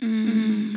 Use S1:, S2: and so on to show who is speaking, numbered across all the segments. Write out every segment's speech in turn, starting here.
S1: Mm,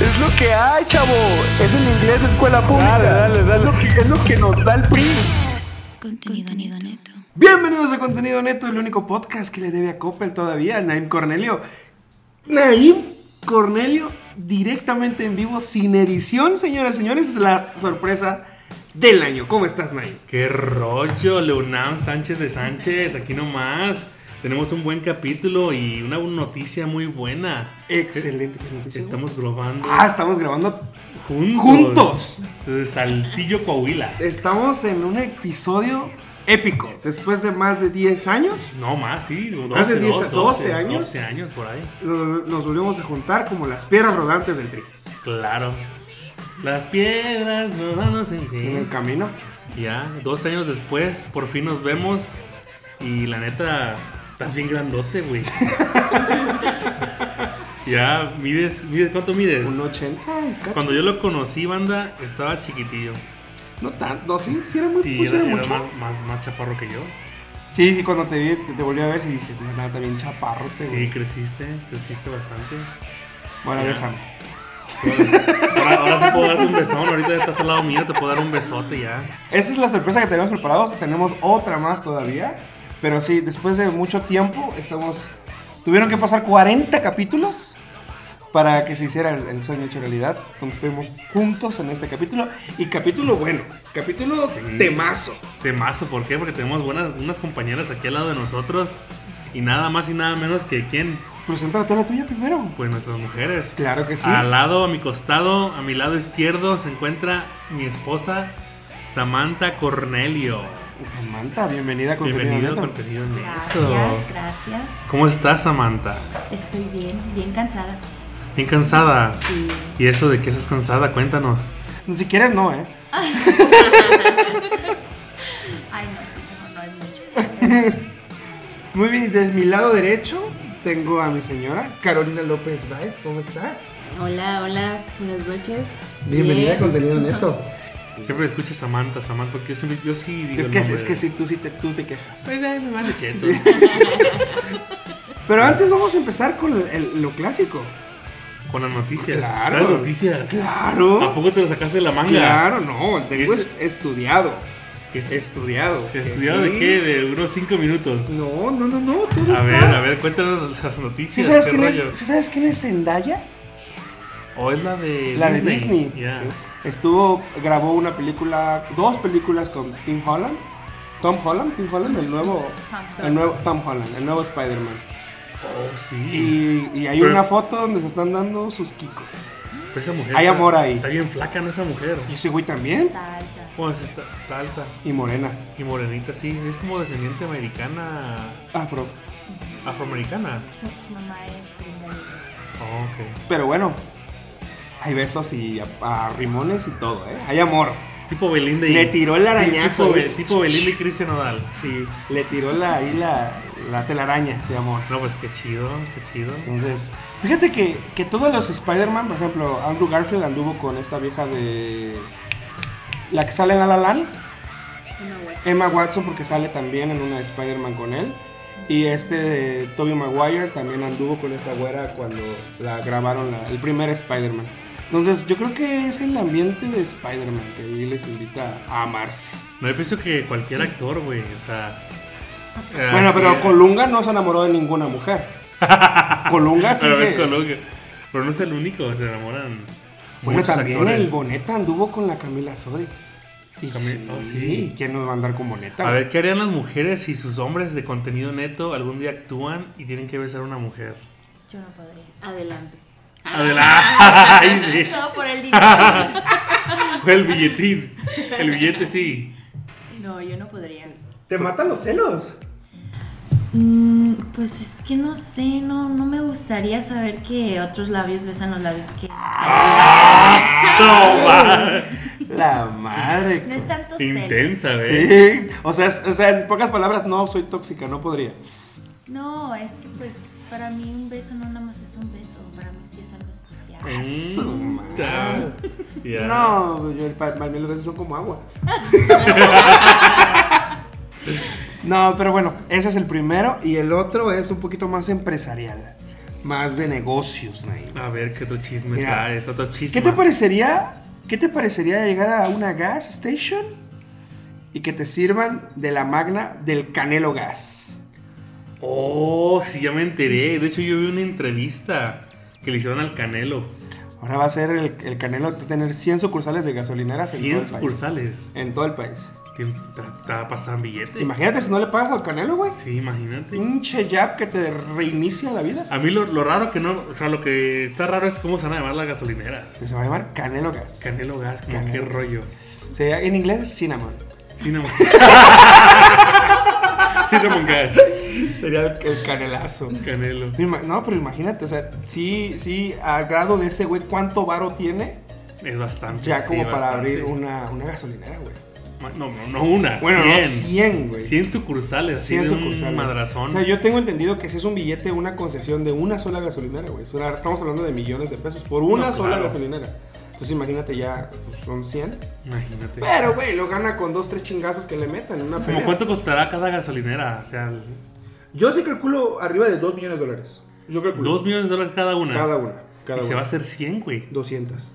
S2: Es lo que hay, chavo. Es en inglés escuela pública.
S3: Dale, dale, dale.
S2: Es lo que, es lo que nos da el PRI.
S1: Contenido, neto.
S4: Bienvenidos a Contenido Neto, el único podcast que le debe a Coppel todavía, Naim Cornelio. Naim Cornelio, directamente en vivo, sin edición, señoras y señores, es la sorpresa del año. ¿Cómo estás, Naim?
S3: Qué rollo, Leonam Sánchez de Sánchez, aquí nomás. Tenemos un buen capítulo y una noticia muy buena.
S4: Excelente. ¿qué noticia?
S3: Estamos grabando
S4: Ah, estamos grabando.
S3: juntos.
S4: juntos.
S3: Desde Saltillo, Coahuila.
S4: Estamos en un episodio épico. Después de más de 10 años,
S3: No más, sí. 12,
S4: Hace 10 a 12 años.
S3: 12 años por ahí.
S4: lo- nos volvemos a juntar como las piedras rodantes del tri.
S3: Claro. Las piedras nos dan en
S4: En el
S3: fin.
S4: camino.
S3: Ya, 12 años después, por fin nos vemos. Y la neta, estás bien grandote, güey. ya, mides, mides, ¿cuánto mides?
S4: Un 80. y cacho.
S3: Cuando yo lo conocí, banda, estaba chiquitillo.
S4: No tanto, sí, sí era muy
S3: Sí,
S4: pues
S3: era,
S4: era
S3: era
S4: mucho.
S3: más, más, más chaparro que yo.
S4: Sí, sí, cuando te vi, te, te volví a ver y dije, no, nada, está bien chaparro este
S3: Sí,
S4: güey.
S3: creciste, creciste bastante.
S4: Bueno,
S3: Ya.
S4: bésame.
S3: Ahora, ahora sí puedo darte un besón, ahorita ya estás al lado mío, te puedo dar un besote ya.
S4: Esa es la sorpresa que tenemos preparados, tenemos otra más todavía. Pero sí, después de mucho tiempo, estamos... Tuvieron que pasar 40 capítulos para que se hiciera el, el sueño hecho realidad. Entonces estuvimos juntos en este capítulo. Y capítulo bueno, capítulo temazo.
S3: Temazo, ¿por qué? Porque tenemos buenas, unas compañeras aquí al lado de nosotros. Y nada más y nada menos que quién?
S4: Preséntala tú la tuya primero.
S3: Pues nuestras mujeres.
S4: Claro que sí.
S3: Al lado, a mi costado, a mi lado izquierdo, se encuentra mi esposa Samantha Cornelio.
S4: Samantha, bienvenida a Contenido
S3: Bienvenida al
S4: Neto.
S3: contenido
S5: Gracias,
S3: neto.
S5: gracias.
S3: ¿Cómo estás, Samantha?
S5: Estoy bien, bien cansada.
S3: Bien cansada.
S5: Sí.
S3: ¿Y eso de qué estás cansada? Cuéntanos.
S4: Ni Si quieres, no, ¿eh?
S5: Ay, no, sí, mejor no es mucho.
S4: Muy bien, y desde mi lado derecho tengo a mi señora, Carolina López Báez. ¿Cómo estás?
S6: Hola, Ah, hola, buenas noches.
S4: Bienvenida a
S6: Bien.
S4: Contenido Neto.
S3: Siempre escucho Samantha, Samantha, porque yo, siempre- yo sí digo
S4: Es
S3: el
S4: que,
S3: nombre
S4: es que
S3: de-
S4: sí, tú, sí te, tú te quejas.
S3: Pues ay, me vale cheto.
S4: Pero antes vamos a empezar con el- el- lo clásico.
S3: Con las noticias.
S4: Claro.
S3: Las noticias. ¿A
S4: Claro.
S3: poco te lo sacaste de la manga?
S4: Claro, no, tengo
S3: Este-
S4: es- estudiado.
S3: Este-
S4: Estudiado.
S3: ¿Estudiado de
S4: Sí.
S3: qué? De unos 5 minutos.
S4: No, no, no, no, todo
S3: A
S4: está.
S3: ver, a ver, cuéntanos las noticias.
S4: ¿Sí sabes,
S3: qué
S4: quién es,
S3: rollo.
S4: ¿Sí sabes quién es Zendaya?
S3: O es la de
S4: La de Disney.
S3: Ya.
S4: Estuvo, grabó una película, dos películas con Tim Holland. Tom Holland, Tim Holland, el nuevo,
S5: Tom.
S4: el nuevo Tom Holland, el nuevo Spider-Man.
S3: Oh, sí.
S4: Y, y hay
S3: Pero-
S4: una foto donde se están dando sus kikos.
S3: Pero esa mujer.
S4: Hay
S3: está-
S4: amor ahí.
S3: Está bien flaca, ¿no? Esa mujer.
S4: Y ese güey también.
S5: Está alta.
S3: Pues está, está alta
S4: Y morena,
S3: y morenita, sí. Es como descendiente americana.
S4: afro.
S3: afroamericana.
S5: Su, su mamá es primero.
S3: Oh, ok.
S4: Pero bueno, hay besos y a, a rimones y todo, ¿eh? Hay amor.
S3: Tipo Belinda y.
S4: Le tiró el arañazo,
S3: Tipo,
S4: güey.
S3: Be- tipo Belinda y Cristian Nodal.
S4: Sí, le tiró la, ahí la, la telaraña de amor.
S3: No, pues qué chido, qué chido.
S4: Entonces, fíjate que, que todos los Spider-Man, por ejemplo, Andrew Garfield anduvo con esta vieja de. La que sale en La La Land. Emma Watson, porque sale también en una de Spider-Man con él. Y este Toby Maguire también anduvo con esta güera cuando la grabaron la- el primer Spider-Man. Entonces, yo creo que es el ambiente de Spider-Man que ahí les invita a amarse.
S3: No, yo pienso que cualquier actor, güey. O sea. eh,
S4: bueno,
S3: así
S4: pero
S3: es.
S4: Colunga no se enamoró de ninguna mujer. Colunga sí.
S3: Pero es
S4: de-
S3: Colunga. Pero no es el único, se enamoran.
S4: Bueno,
S3: muchos
S4: también
S3: actores.
S4: el Boneta anduvo con la Camila Sodi. Y
S3: Cami-
S4: sí,
S3: oh, sí.
S4: ¿y ¿Quién no va a andar con Boneta?
S3: A ver, ¿qué harían las mujeres si sus hombres de contenido neto algún día actúan y tienen que besar a una mujer?
S5: Yo no podría.
S6: Adelante.
S3: Adelante. sí.
S6: Ah,
S5: Todo por el dinero.
S3: Fue el billetín. El billete sí.
S6: No, yo no podría.
S4: Te matan los celos.
S6: Mm, pues es que no sé, no, no me gustaría saber
S3: Ah.
S6: que otros labios besan los labios que.
S3: So bad.
S4: La madre.
S7: No es tanto celo.
S3: Intensa, ¿eh?
S4: Sí, o sea, es- o sea, en pocas palabras, no soy tóxica, no podría.
S6: No, es que pues para mí un beso no nada más es un beso, para mí sí es algo especial.
S3: Eh,
S4: Su madre.
S3: Ya. Ya.
S4: No, yo, el pa- para mí los besos son como agua. no, pero bueno, ese es el primero y el otro es un poquito más empresarial, más de negocios, Naim.
S3: A ver qué otro chisme
S4: Mira.
S3: traes, otro chisme.
S4: ¿Qué te parecería? ¿Qué te parecería llegar a una gas station y que te sirvan de la magna del Canelo Gas?
S3: Oh, sí, ya me enteré. De hecho, yo vi una entrevista que le hicieron al Canelo.
S4: Ahora va a ser el, el Canelo va a tener 100 sucursales de gasolineras en todo
S3: 100
S4: el país.
S3: sucursales.
S4: En todo el país.
S3: Tien- ta- ta- Pasan billetes.
S4: Imagínate si no le pagas al Canelo, güey.
S3: Sí, imagínate.
S4: Un cheyap que te reinicia la vida.
S3: A mí lo, lo raro que no, o sea, lo que está raro es cómo se van a llamar las gasolineras.
S4: Se va a llamar Canelo Gas.
S3: Canelo Gas, como
S4: Canelo.
S3: qué rollo.
S4: Se- en inglés es cinnamon.
S3: Cinnamon. Cinnamon Gas.
S4: Sería el, el canelazo.
S3: Canelo.
S4: Ima- No, pero imagínate, o sea, sí, sí, a grado de ese güey, ¿cuánto varo tiene?
S3: Es bastante.
S4: Ya
S3: sí,
S4: como para
S3: bastante.
S4: abrir una, una gasolinera, güey.
S3: Ma- No, no, no una.
S4: Bueno, 100, no,
S3: 100.
S4: 100, güey.
S3: 100 sucursales. así
S4: 100
S3: de
S4: sucursales.
S3: Un
S4: O
S3: madrazón.
S4: sea, yo tengo entendido que si es un billete, una concesión de una sola gasolinera, güey. Es una- Estamos hablando de millones de pesos por una
S3: No,
S4: sola
S3: claro.
S4: gasolinera. Entonces imagínate ya, pues, son 100.
S3: Imagínate.
S4: Pero, güey, lo gana con dos, tres chingazos que le metan en una
S3: ¿Cómo
S4: pelea.
S3: cuánto costará cada gasolinera? O sea, el-
S4: Yo sí calculo arriba de 2 millones de dólares. Yo calculo.
S3: Dos millones de dólares cada una.
S4: Cada una. Cada
S3: y se
S4: una.
S3: va a hacer 100, güey.
S4: 200.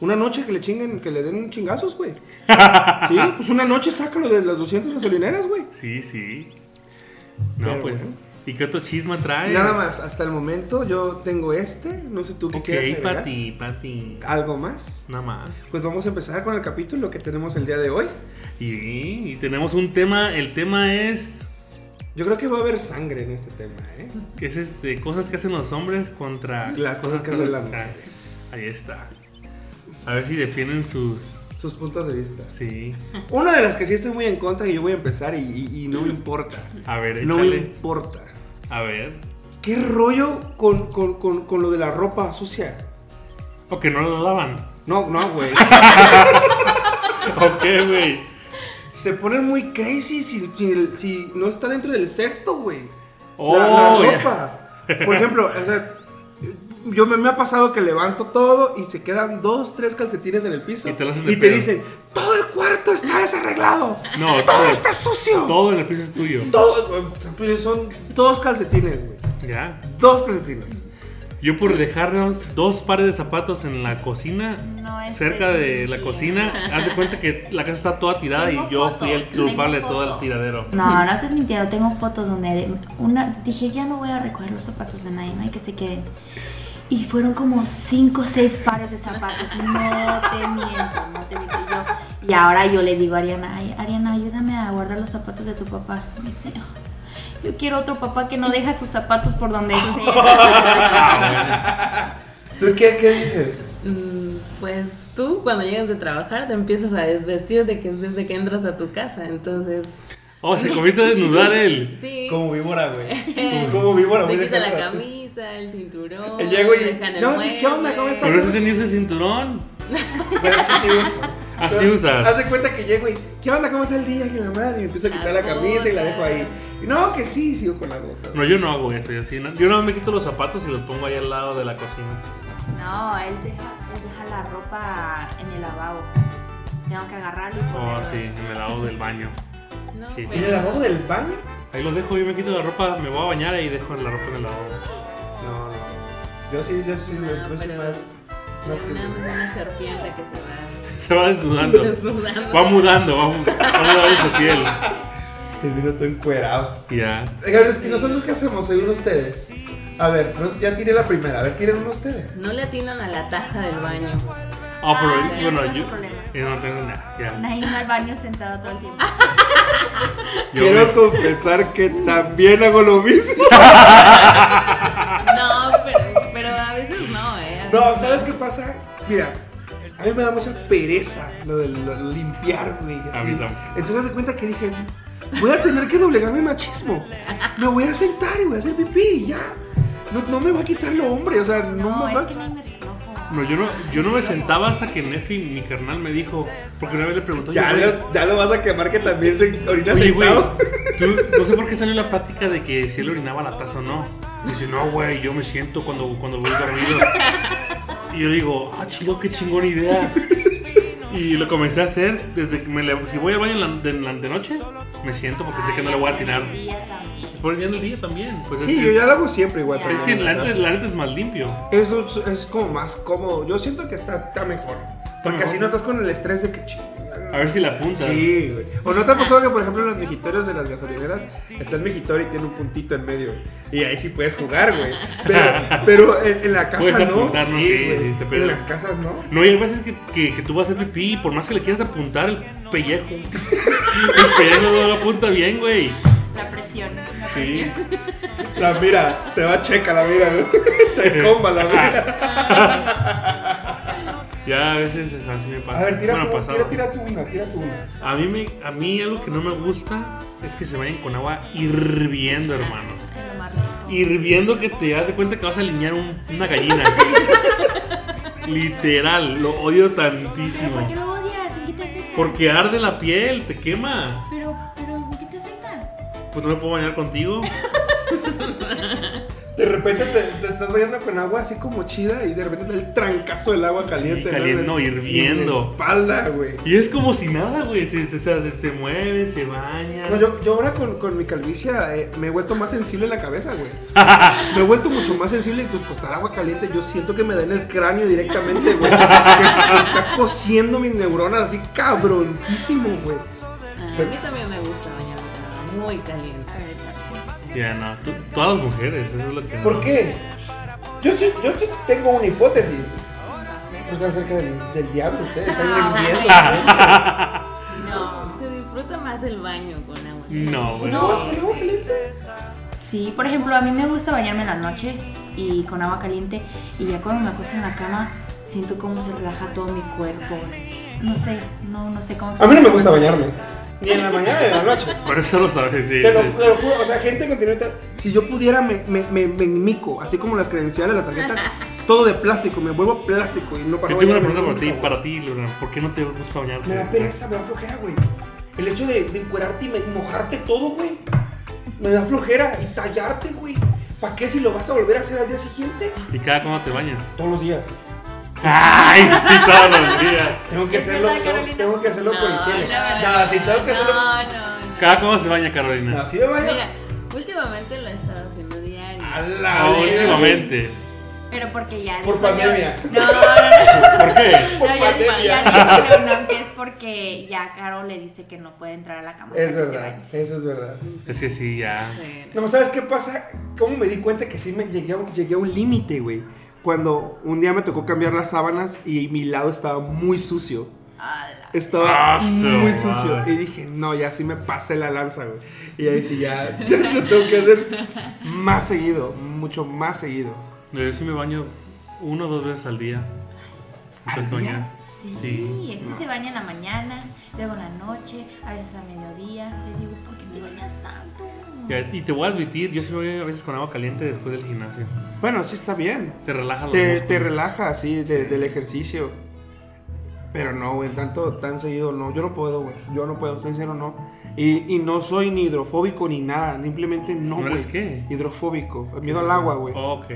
S4: Una noche que le chinguen, que le den chingazos, güey. sí, pues una noche sácalo de las 200 gasolineras, güey.
S3: Sí, sí. No,
S4: Pero
S3: pues.
S4: bueno.
S3: ¿Y qué otro chisme traes?
S4: Nada más, hasta el momento yo tengo este. No sé tú qué quieres.
S3: Ok, Pati, Pati.
S4: ¿Algo más?
S3: Nada más.
S4: Pues vamos a empezar con el capítulo que tenemos el día de hoy.
S3: Y, y tenemos un tema. El tema es.
S4: Yo creo que va a haber sangre en este tema, ¿eh?
S3: que es este? Cosas que hacen los hombres contra.
S4: Las cosas que hacen las mujeres.
S3: Ah, Ahí está. A ver si defienden sus.
S4: Sus puntos de vista.
S3: Sí.
S4: Una de las que sí estoy muy en contra y yo voy a empezar y, y- y no me importa.
S3: A ver,
S4: No me
S3: échale.
S4: importa.
S3: A ver.
S4: ¿Qué rollo con, con- con- con lo de la ropa sucia?
S3: O que no lo lavan.
S4: No, no, güey.
S3: Ok, güey.
S4: Se ponen muy crazy si, si el- si no está dentro del cesto, güey.
S3: Oh,
S4: la, la
S3: ya.
S4: ropa. Por ejemplo, o sea, yo me, me ha pasado que levanto todo y se quedan dos, tres calcetines en el piso.
S3: Y te lo hacen de pedo.
S4: dicen, todo el cuarto está desarreglado.
S3: No,
S4: todo
S3: todo-
S4: está sucio.
S3: Todo en el piso es tuyo.
S4: Todo- pues son dos calcetines, güey.
S3: Ya.
S4: Dos calcetines.
S3: Yo por dejarnos dos pares de zapatos en la cocina,
S7: No, este
S3: cerca
S7: es
S3: de
S7: mi
S3: la
S7: tía.
S3: cocina, haz de cuenta que la casa está toda tirada
S7: Tengo
S3: y yo
S7: fotos,
S3: fui el
S7: tengo
S3: culpable de todo el
S7: fotos.
S3: tiradero.
S6: No, no estás mintiendo, tengo fotos donde una dije ya no voy a recoger los zapatos de Naima y que se queden. Y fueron como cinco o seis pares de zapatos.
S7: No te miento, no te miento yo.
S6: Y ahora yo le digo a Ariana, "Ay, Ariana, ayúdame a guardar los zapatos de tu papá. Me dice, "Oh, yo quiero otro papá que no deja sus zapatos por donde sea.
S4: ¿Tú qué, qué dices?
S8: Mm, Pues tú cuando llegas de trabajar te empiezas a desvestir de que desde que entras a tu casa, entonces
S3: Oh, se comienza a desnudar él.
S8: sí,
S4: Como víbora, güey. Como víbora,
S8: te
S4: güey.
S8: quita la
S4: dejando-
S8: camisa, el cinturón,
S4: Llego y-
S8: dejan el
S4: no, sí, ¿qué onda? ¿Cómo
S8: mueble.
S4: estás?
S3: Pero ese tenía ese cinturón.
S4: Pero sí, sí uso.
S3: Así
S4: Pero,
S3: usas.
S4: Haz de cuenta que llego y, ¿qué onda? ¿Cómo está el día? Que la madre, y me empiezo a quitar la
S8: Las
S4: camisa y la
S8: botas.
S4: dejo ahí. Y, no, que sí, sigo con la gota.
S3: No, yo no hago eso, yo sí. no- Yo no me quito los zapatos y los pongo ahí al lado de la cocina.
S7: No, él deja, él deja la ropa en el lavabo. Tengo que agarrarlo y
S3: Oh,
S7: ponerlo.
S3: sí, en el lado del baño.
S8: No,
S3: Sí, sí.
S4: ¿En el lavabo del baño?
S3: Ahí los dejo, yo me quito la ropa, me voy a bañar y dejo la ropa en el lavabo.
S4: No, no. Yo sí, yo sí,
S8: No,
S4: yo soy
S8: pero-
S4: más. más
S8: Una,
S4: que-
S8: pues, una serpiente que se va
S3: Se va desnudando.
S8: desnudando.
S3: Va mudando, va mudando, va mudando su piel.
S4: Termino todo encuerado.
S3: Ya.
S4: Oigan, ¿y nosotros qué hacemos según ustedes? A ver, nos- ya tiré la primera. A ver, tiren uno ustedes.
S8: No le atinan a la taza del baño.
S3: Ah, pero
S7: Ah, yo no
S3: bueno,
S7: tengo
S3: yo,
S7: ese problema.
S3: yo no tengo nada. Ya.
S7: Naim al baño sentado todo el tiempo.
S3: Ah, Yo me-
S4: confesar que también hago lo mismo.
S3: Ah.
S8: No, pero, pero a veces no, ¿eh? A veces
S4: No, ¿sabes qué pasa? Mira, a mí me da mucha pereza lo de lo- limpiar, güey.
S3: A
S4: así.
S3: mí también.
S4: Entonces hace cuenta que dije, voy a tener que doblegar mi machismo. Me voy a sentar y voy a hacer pipí y ya. No, no me va a quitar lo hombre, o sea, no,
S7: No,
S4: me
S7: es
S4: va
S7: que Naim es flojo.
S3: No, yo no, yo no me sentaba hasta que Nefi, mi carnal, me dijo. Porque una vez le preguntó.
S4: Ya
S3: oye,
S4: lo, ya lo vas a quemar que también se orina
S3: Oye, güey,
S4: sentado.
S3: tú- no sé por qué salió la práctica de que si él orinaba la taza o no. Dice, no, güey, yo me siento cuando, cuando voy dormido. Y yo digo, ah, chido, qué chingón idea. Y lo comencé a hacer desde que me le- Si voy a baño en la, de, en la- de noche, me siento porque sé que no le voy a tirar. Por el día del día también. Pues es
S4: Sí,
S3: que-
S4: yo ya lo hago siempre igual.
S3: Es que la neta, la neta es más limpio.
S4: Eso es, es como más cómodo. Yo siento que está, está mejor. Porque
S3: mejor.
S4: así no estás con el estrés de que chingada.
S3: A ver si la apuntas.
S4: Sí, güey. ¿O no te ha pasado que, por ejemplo, en los mijitorios de las gasolineras está el mijitorio y tiene un puntito en medio? Y ahí sí puedes jugar, güey. Pero, pero en, en la casa
S3: Puedes
S4: no.
S3: apuntar, ¿no? Sí,
S4: Sí, güey.
S3: sí, este pedo.
S4: en las casas no.
S3: No, y hay veces que, que, que tú vas a hacer pipí y por más que le quieras apuntar el pellejo. el pellejo no lo apunta bien, güey.
S5: La presión. la
S3: Sí.
S5: presión.
S4: La Ah, mira, se va checa la mira, güey. Te comba la mira.
S3: Ah. Ya a veces es así me pasa.
S4: A ver, tira,
S3: Bueno,
S4: tu,
S3: pasaba.
S4: tira, tira tu una, tira tu una.
S3: A mí me, a mí algo que no me gusta es que se vayan con agua hirviendo, hermano.
S5: Es lo más rico.
S3: Hirviendo que te das de cuenta que vas a alinear un- una gallina. Literal, lo odio
S5: ¿Pero por qué
S3: tantísimo.
S5: lo odias? ¿En qué te afecta?
S3: Porque arde la piel, te quema.
S5: Pero, pero, ¿en qué te afecta?
S3: Pues no me puedo bañar contigo.
S4: De repente te, te estás bañando con agua así como chida y de repente el trancazo del agua caliente.
S3: caliente, no,
S4: En-
S3: hirviendo.
S4: En la espalda, güey.
S3: Y es como si nada, güey. Se, se, se- se mueve, se baña.
S4: No, yo, yo ahora con, con mi calvicia eh, me he vuelto más sensible en la cabeza, güey. Me he vuelto mucho más sensible y pues costar agua caliente yo siento que me da en el cráneo directamente, güey. Que, que está cosiendo mis neuronas así cabroncísimo, güey.
S8: A mí también me gusta bañarme con agua muy caliente.
S3: Ya no, tú- todas las mujeres, eso es lo que. no.
S4: ¿Por qué? Yo sí, yo sí tengo una hipótesis. Creo que acerca del, del diablo, ¿eh? ustedes están mintiendo, güey.
S8: No, se disfruta más el baño con agua.
S3: No, güey.
S4: No, pero agua caliente.
S6: Sí, por ejemplo, a mí me gusta bañarme en las noches y con agua caliente y ya cuando me acuesto en la cama siento cómo se relaja todo mi cuerpo. No sé, no, no sé cómo.
S4: A mí no me gusta bañarme. Ni en la mañana ni en la noche.
S3: Por eso lo sabes, sí.
S4: Te lo,
S3: sí.
S4: te lo juro, o sea, gente que tiene ahorita- Si yo pudiera, me, me, me, me mico, así como las credenciales, la tarjeta, todo de plástico, me vuelvo plástico y no para
S3: Yo tengo una
S4: bañarme
S3: pregunta para ti,
S4: nunca,
S3: para ti, Luna. ¿Por qué no te gusta bañarte?
S4: güey. Me da pereza, me da flojera, güey. El hecho de, de encuerarte y me- mojarte todo, güey. Me da flojera y tallarte, güey. ¿Para qué si lo vas a volver a hacer al día siguiente?
S3: ¿Y cada cuándo te bañas?
S4: Todos los días.
S3: ¡Ay, sí, todos los días!
S4: Tengo que
S5: ¿Es
S4: hacerlo,
S5: verdad,
S4: tengo,
S5: Carolina?
S4: tengo que hacerlo con higiene.
S8: la verdad.
S4: No, si tengo que hacerlo. pues,
S8: No, no, no.
S3: ¿Cada cuándo se baña Carolina?
S4: Así me baño.
S8: Mira, últimamente lo he estado haciendo diario.
S4: A la
S3: Ah,
S4: verga.
S3: últimamente.
S5: Pero porque ya
S4: Por
S5: dijo Leo-
S4: pandemia.
S5: No, no, no, no.
S3: ¿Por qué?
S4: Por
S5: No, ya dijo, ya
S4: pandemia.
S5: dijo Leonam que es porque ya Caro le dice que no puede entrar a la cama. hasta
S4: Es
S5: que se
S4: verdad,
S5: bañe.
S4: eso es verdad.
S3: Es que sí, ya.
S8: Pero-
S4: No, ¿sabes qué pasa? ¿Cómo me di cuenta que sí me llegué a, un- llegué a un límite, güey? Cuando un día me tocó cambiar las sábanas y mi lado estaba muy sucio.
S5: Ala.
S4: Estaba
S3: Ah, su
S4: muy
S3: madre.
S4: sucio. Y dije, no, ya sí me pasé la lanza, güey. Y ahí sí ya lo tengo que hacer más seguido, mucho más seguido.
S3: No, Yo sí me baño uno o dos veces al día. Intento bañar.
S6: Sí,
S3: Sí.
S6: este se baña en la mañana, luego en la noche, a veces a mediodía. Le digo, ¿por qué te bañas tanto?
S3: Ya, Y te voy a admitir, yo sí me baño a veces con agua caliente después del gimnasio.
S4: Bueno, sí está bien.
S3: Te relaja los
S4: Te,
S3: músculos.
S4: te relaja, sí, de- del ejercicio. Pero no, güey, tanto, tan seguido no. Yo no puedo, güey. Yo no puedo, sincero, no. Y, y no soy ni hidrofóbico ni nada. Simplemente
S3: ¿No
S4: no, güey.
S3: eres qué?
S4: Hidrofóbico. El Miedo al agua, güey.
S3: Oh, Ok.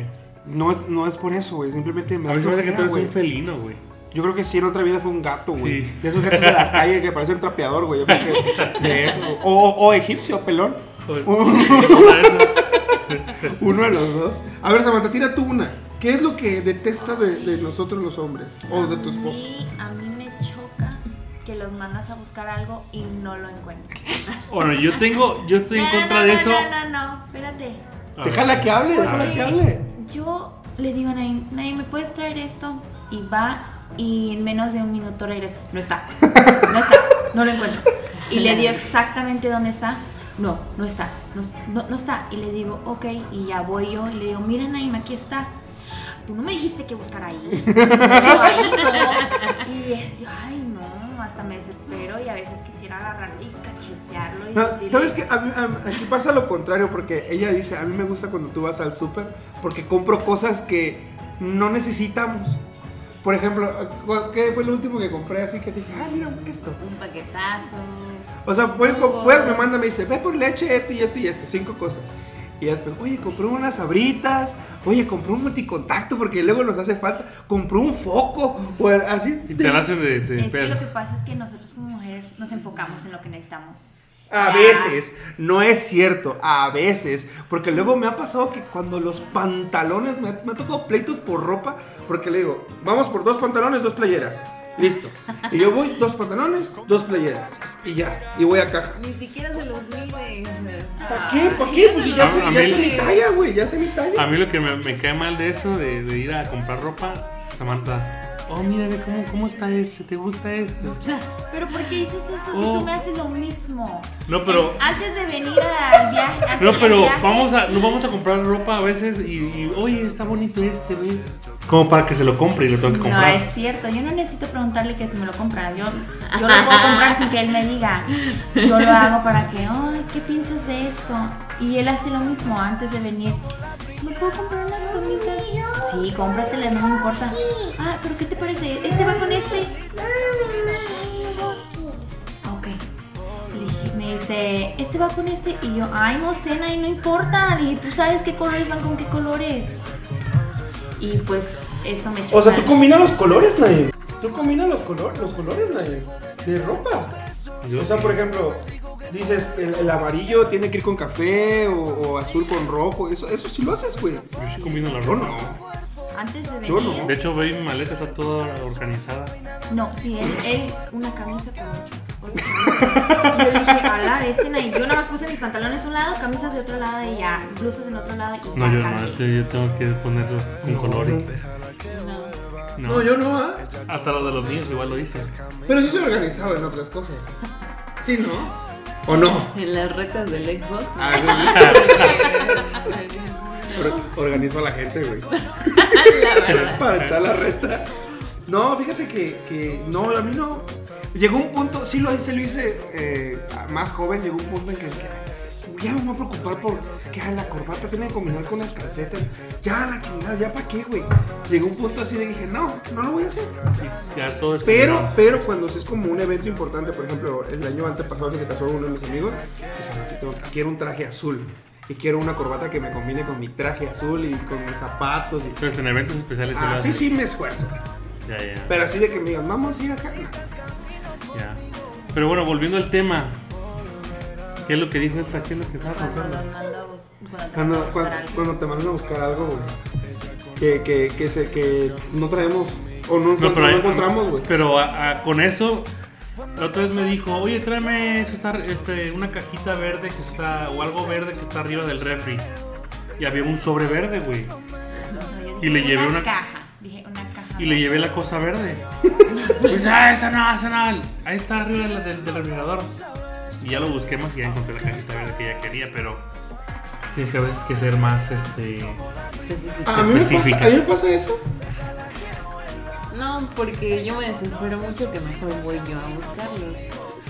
S4: No, es, no es por eso, güey. Simplemente me
S3: A
S4: da
S3: mí se me hace que
S4: flojera,
S3: tú eres
S4: güey.
S3: un felino, güey.
S4: Yo creo que sí, en otra vida fue un gato, güey.
S3: Sí.
S4: De esos gatos de la calle que parecen trapeador, güey. Yo creo que de eso. O, o egipcio, pelón.
S3: Joder.
S4: Uno de los dos. A ver, Samantha, tira tú una. ¿Qué es lo que detesta de, de nosotros los hombres? O Oh, de tu
S6: A
S4: esposo.
S6: mí- A mí me choca que los mandas a buscar algo y no lo encuentran.
S3: Bueno, yo tengo, yo estoy en
S6: No,
S3: contra
S6: no,
S3: de
S6: no,
S3: eso.
S6: No, no, no, espérate.
S3: A ver.
S4: Déjala que hable, déjala
S6: Sí.
S4: que hable.
S6: Yo le digo a Nain, Nain, ¿me puedes traer esto? Y va y en menos de un minuto regresa. No está, no está, no lo encuentro. Y le digo exactamente dónde está. No, no está, no, no- no está. Y le digo, ok, y ya voy yo. Y le digo, mira Naim, aquí está. Tú no me dijiste que buscar ahí. No, ahí no. Y es- yo, ay no, hasta me desespero y a veces quisiera agarrarlo y cachetearlo y
S4: No,
S6: decirle,
S4: ¿Sabes qué? A mí- a mí- aquí pasa lo contrario, porque ella dice, a mí me gusta cuando tú vas al súper, porque compro cosas que no necesitamos. Por ejemplo, ¿cu- ¿qué fue lo último que compré? Así que dije, ah, mira, esto.
S5: Un paquetazo.
S4: O sea, fue,
S5: Jugos.
S4: fue- me manda, me dice, ve por leche, esto y esto y esto, cinco cosas. Y ya después, oye, compré unas abritas, oye, compré un multicontacto porque luego nos hace falta, compré un foco, o así.
S3: Y te la hacen de, de
S6: Es que
S3: pedo.
S6: lo que pasa es que nosotros como mujeres nos enfocamos en lo que necesitamos.
S4: A
S6: Ya.
S4: veces, no es cierto, a veces, porque luego me ha pasado que cuando los pantalones, me ha, me ha tocado pleitos por ropa, porque le digo, vamos por dos pantalones, dos playeras, listo. Y yo voy, dos pantalones, dos playeras, y ya, y voy a caja.
S8: Ni siquiera se los mide.
S4: ¿Para qué? ¿Para qué? Pues si ya,
S3: A-
S4: sé,
S3: a
S4: ya
S3: mí-
S4: sé mi talla, güey, ya sé mi talla.
S3: A mí lo que me, me cae mal de eso, de, de ir a comprar ropa, Samantha. Oh, mira, ve cómo, cómo está este, ¿te gusta este?
S6: Ah, Pero ¿por qué dices eso si
S3: Oh.
S6: tú me haces lo mismo?
S3: No, pero-
S6: Antes de venir al viaje. al
S3: No, pero
S6: viaje,
S3: vamos a, nos vamos a comprar ropa a veces y, y, oye, está bonito este, güey. Como para que se lo compre y lo tengo que
S6: No,
S3: comprar.
S6: es cierto. Yo no necesito preguntarle que si me lo compra. Yo, yo lo puedo comprar sin que él me diga. Yo lo hago para que, ay, ¿qué piensas de esto? Y él hace lo mismo antes de venir. ¿Me puedo comprar unas camisas? Sí, cómpratelas, no me importa. Ah, pero ¿qué te parece? ¿Este va con este? Ok. Le dije- Me dice, este va con este. Y yo, ay, no sé, ay, no importa. Le dije, tú sabes qué colores van con qué colores. Y pues eso me
S4: O sea,
S6: choca.
S4: tú combinas los colores, Nadie. Tú combinas los colores, los colores, Nadie. De ropa.
S3: Yo-
S4: O sea, por ejemplo, dices el, el amarillo tiene que ir con café o, o azul con rojo. Eso, eso sí lo haces, güey.
S3: Yo sí combino la
S4: Yo
S3: ropa.
S4: no.
S6: Antes de venir.
S4: Yo no.
S3: De hecho, ve, mi maleta está toda organizada.
S6: No, sí, él, él una camisa con ocho. ocho camisas. Yo dije, a la vecina. Y yo nada más puse mis pantalones de un lado, camisas de otro lado y ya, blusas en otro lado y
S3: No,
S6: ya
S3: yo no,
S6: cambié.
S3: yo yo tengo que ponerlo con color. y- No,
S4: No, yo no, ¿ah?
S3: Hasta lo de los niños igual lo hice.
S4: Pero sí soy organizado en otras cosas. Sí, ¿no? ¿O no?
S8: En las retas del Xbox.
S4: Ah, güey. Or- Organizo a la gente, güey. Para echar la reta. No, fíjate que, que no, a mí no. Llegó un punto, sí lo hice, lo hice eh, más joven, llegó un punto en que que ya me voy a preocupar por que ah, la corbata tiene que combinar con las calcetas. Ya, la chingada, ya para qué, güey. Llegó un punto así de que dije, no, no lo voy a hacer.
S3: Ya todo es
S4: Pero,
S3: combinado.
S4: pero cuando es como un evento importante, por ejemplo, el año antepasado que se casó uno de mis amigos, dije, "No, sí tengo que- quiero un traje azul y quiero una corbata que me combine con mi traje azul y con mis zapatos. Y...
S3: Entonces, en eventos especiales se lo
S4: Ah, sí,
S3: hace.
S4: sí, me esfuerzo.
S3: Ya, ya.
S4: Pero así de que me digan, vamos a ir acá. no.
S3: Ya. Pero bueno, volviendo al tema. ¿Qué es lo que dijo esta? ¿Qué es lo que estaba
S6: Cuando
S3: contando?
S6: los mando a bus- cuando
S4: Cuando,
S6: tengo que
S4: cuando,
S6: buscar a alguien.
S4: cuando te mandan a buscar algo, güey, que, que, que, se- que no traemos o no,
S3: No,
S4: no-
S3: pero
S4: no
S3: ahí-
S4: encontramos, güey.
S3: Pero a- a- con eso, la otra vez me dijo, oye, tráeme eso, está, este, una cajita verde que está, o algo verde que está arriba del refri. Y había un sobre verde, güey. Y le llevé una,
S6: caja. Dije, una caja.
S3: y le llevé la cosa verde. Pues, ah, esa no, esa no. Ahí está arriba del, del, del refrigerador. Y ya lo busqué más y ya encontré la cajita verde que ella quería, pero tienes que a veces que ser más, este...
S4: A mí, me pasa,
S3: específica.
S4: a mí me pasa eso.
S8: No, porque yo me desespero mucho que mejor voy yo a buscarlos.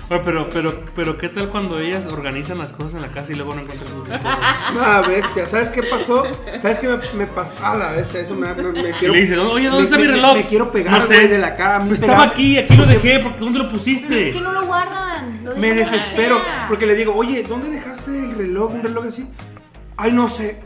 S3: Bueno, pero, pero, pero, ¿qué tal cuando ellas organizan las cosas en la casa y luego no encuentran sus
S4: Ah, bestia. ¿Sabes qué pasó? ¿Sabes qué me, me pasó? Ah, la bestia, eso me, me, me
S3: Y
S4: quiero.
S3: le dice, oye, ¿dónde
S4: me-
S3: está
S4: me-
S3: mi reloj?
S4: Me, quiero pegar,
S3: No
S4: güey,
S3: sé.
S4: de la cara. a mí
S3: Estaba
S4: pegar-
S3: aquí, aquí lo dejé, porque ¿dónde lo
S6: Es
S3: pusiste?
S6: que no lo guardan. lo
S4: Me
S6: dejan en la
S4: desespero
S6: caja.
S4: porque le digo, oye, ¿dónde dejaste el reloj? Un reloj así. Ay, no sé.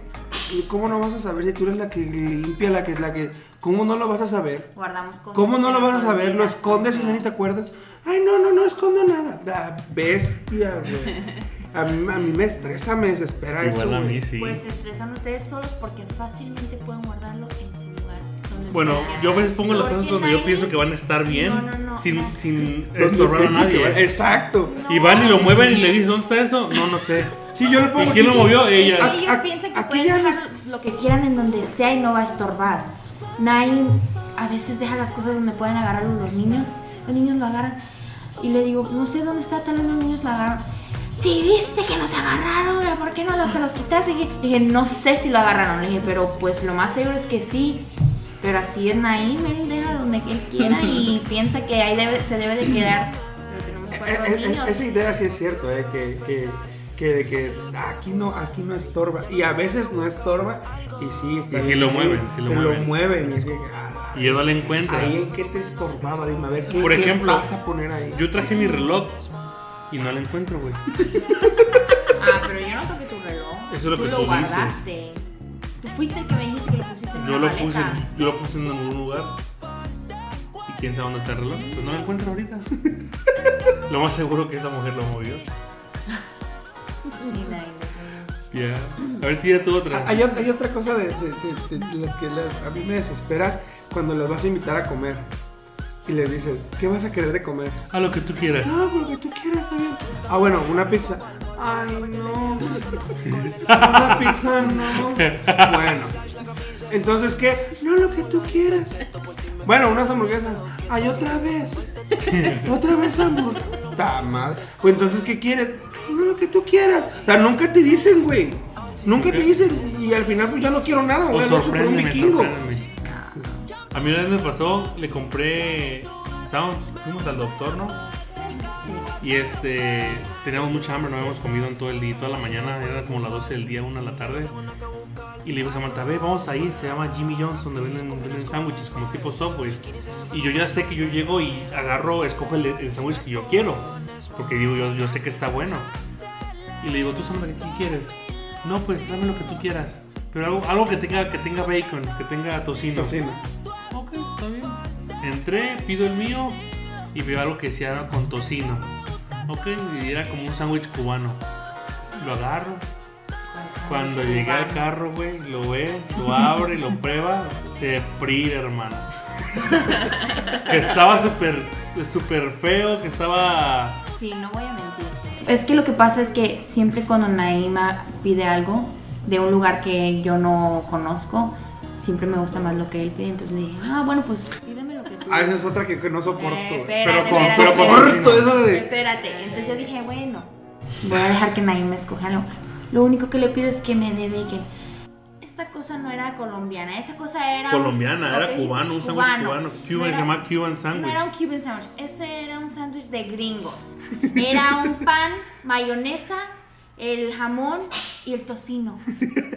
S4: ¿Y ¿Cómo no vas a saber? Ya Tú eres la que limpia, la que, la que. ¿Cómo no lo vas a saber?
S6: Guardamos cosas.
S4: ¿Cómo no
S6: que
S4: lo
S6: nos
S4: vas a saber? Lo
S6: olvidan.
S4: escondes y no ni te acuerdas. Ay, no, no, no escondo nada. La bestia, güey. A mí, a mí me estresa, me desespera eso.
S3: Igual a
S4: güey.
S3: mí, sí.
S6: Pues se estresan ustedes solos porque fácilmente pueden guardarlo en su lugar. donde
S3: Bueno,
S6: sea.
S3: yo a veces pongo las
S6: Porque
S3: cosas donde yo
S6: nadie-
S3: pienso que van a estar bien,
S6: No, no, no,
S3: sin,
S6: no.
S3: sin
S4: Los
S3: estorbar a
S4: piensan que va-
S3: nadie.
S4: Exacto.
S3: Y van y lo
S4: Sí,
S3: mueven
S4: sí.
S3: y le dicen, ¿dónde está eso? No, no sé.
S4: Sí, yo le pongo.
S3: ¿Y quién lo
S4: aquí.
S3: movió?
S6: Es
S3: Ella.
S6: que
S4: A-
S6: ellos
S4: a-
S6: piensan que
S4: aquí
S6: pueden
S4: ya
S6: dejar
S4: nos-
S6: lo que quieran en donde sea y no va a estorbar. Nadie a veces deja las cosas donde pueden agarrarlo los niños. Los niños lo agarran. Y le digo, no sé dónde está, tal vez los niños la agarraron. Si viste que nos agarraron, güey, ¿por qué no los- se los quitaste? Y dije, no sé si lo agarraron. Le dije, pero pues lo más seguro es que sí. Pero así es Naim, él deja donde él quiera y piensa que ahí debe- se debe de quedar. Pero tenemos
S4: Eh,
S6: cuatro
S4: eh, eh,
S6: niños.
S4: esa idea sí es cierto, eh, que, que, que de que ah, aquí no, aquí no estorba. Y a veces no estorba. Y sí, está
S3: Y sí
S4: bien
S3: lo
S4: ahí,
S3: mueven, sí lo
S4: pero
S3: mueven.
S4: y es que, ah,
S3: y ya no la encuentras.
S4: Ahí en qué te estorbaba, dime a ver qué,
S3: Por
S4: qué
S3: ejemplo,
S4: vas a poner ahí.
S3: Yo traje mi reloj y no la encuentro, güey.
S6: Ah, pero yo no toqué tu reloj.
S3: Eso es lo
S6: tú
S3: que
S6: lo
S3: tú dices.
S6: guardaste. Tú fuiste el que me dijiste que lo pusiste en
S3: Yo
S6: una
S3: lo puse,
S6: maleta.
S3: yo lo puse en algún lugar. ¿Y quién sabe dónde está el reloj? Pues no lo encuentro ahorita. lo más seguro que esta mujer lo movió.
S6: Sí, la indecisión.
S3: Ya. A ver, tira tú otra.
S4: Hay, hay otra cosa de, de- de- de- de la que la- a mí me desespera cuando las vas a invitar a comer y les dices, ¿qué vas a querer de comer?
S3: A lo que tú quieras.
S4: Ah, pero lo que tú quieras, está bien. Ah, bueno, una pizza. Ay, no. Una pizza, no. Bueno. Entonces, ¿qué? No, lo que tú quieras. Bueno, unas hamburguesas. Ay, otra vez. Otra vez hamburguesas. Ta madre. O entonces, ¿qué quieres? No, lo que tú quieras. O sea, nunca te dicen, güey. Nunca te dicen. Y al final, pues ya no quiero nada,
S3: O
S4: güey. No soy un
S3: sorpréndeme,
S4: vikingo.
S3: sorpréndeme. A mí una vez me pasó, le compré. estábamos- Fuimos al doctor, ¿no? Y este. Teníamos mucha hambre, no habíamos comido en todo el día, toda la mañana, era como las 12 del día, 1 de la tarde. Y le digo a Samantha, ve, vamos ahí, se llama Jimmy John's, donde venden, venden sándwiches como tipo Subway. Y yo ya sé que yo llego y agarro, escojo el, el sándwich que yo quiero. Porque digo, yo, yo sé que está bueno. Y le digo, tú Samantha, ¿qué quieres? No, pues tráeme lo que tú quieras. Pero algo, algo que, tenga, que tenga bacon, que tenga tocino.
S4: Cocina.
S3: Ok, está bien. Entré, pido el mío y veo algo que sea con tocino. Ok, y era como un sándwich cubano. Lo agarro. Cuando llegué al carro, güey, lo ve, lo abre, lo prueba, se fríe, hermano. que estaba súper súper feo, que estaba...
S5: Sí, no voy a mentir.
S6: Es que lo que pasa es que siempre cuando Naima pide algo de un lugar que yo no conozco, siempre me gusta más lo que él pide. Entonces le dije, ah, bueno, pues pídeme lo que tú
S4: Ah, esa es otra que, que no soporto.
S6: Eh,
S4: güey.
S6: espérate,
S3: pero con-
S6: espérate,
S3: pero con-
S6: espérate.
S4: Soporto eso de.
S6: Espérate, entonces yo dije, bueno, voy a dejar que nadie me escoja algo. Lo único que le pido es que me dé bacon. Esta cosa no era colombiana, esa cosa era... un-
S3: Colombiana,
S6: lo
S3: era
S6: que dice,
S3: cubano, un sándwich cubano. Cuban,
S6: No
S3: se
S6: era-
S3: llama Cuban
S6: No
S3: sandwich.
S6: era un Cuban sandwich, ese era un sándwich de gringos. Era un pan, mayonesa, el jamón y el tocino.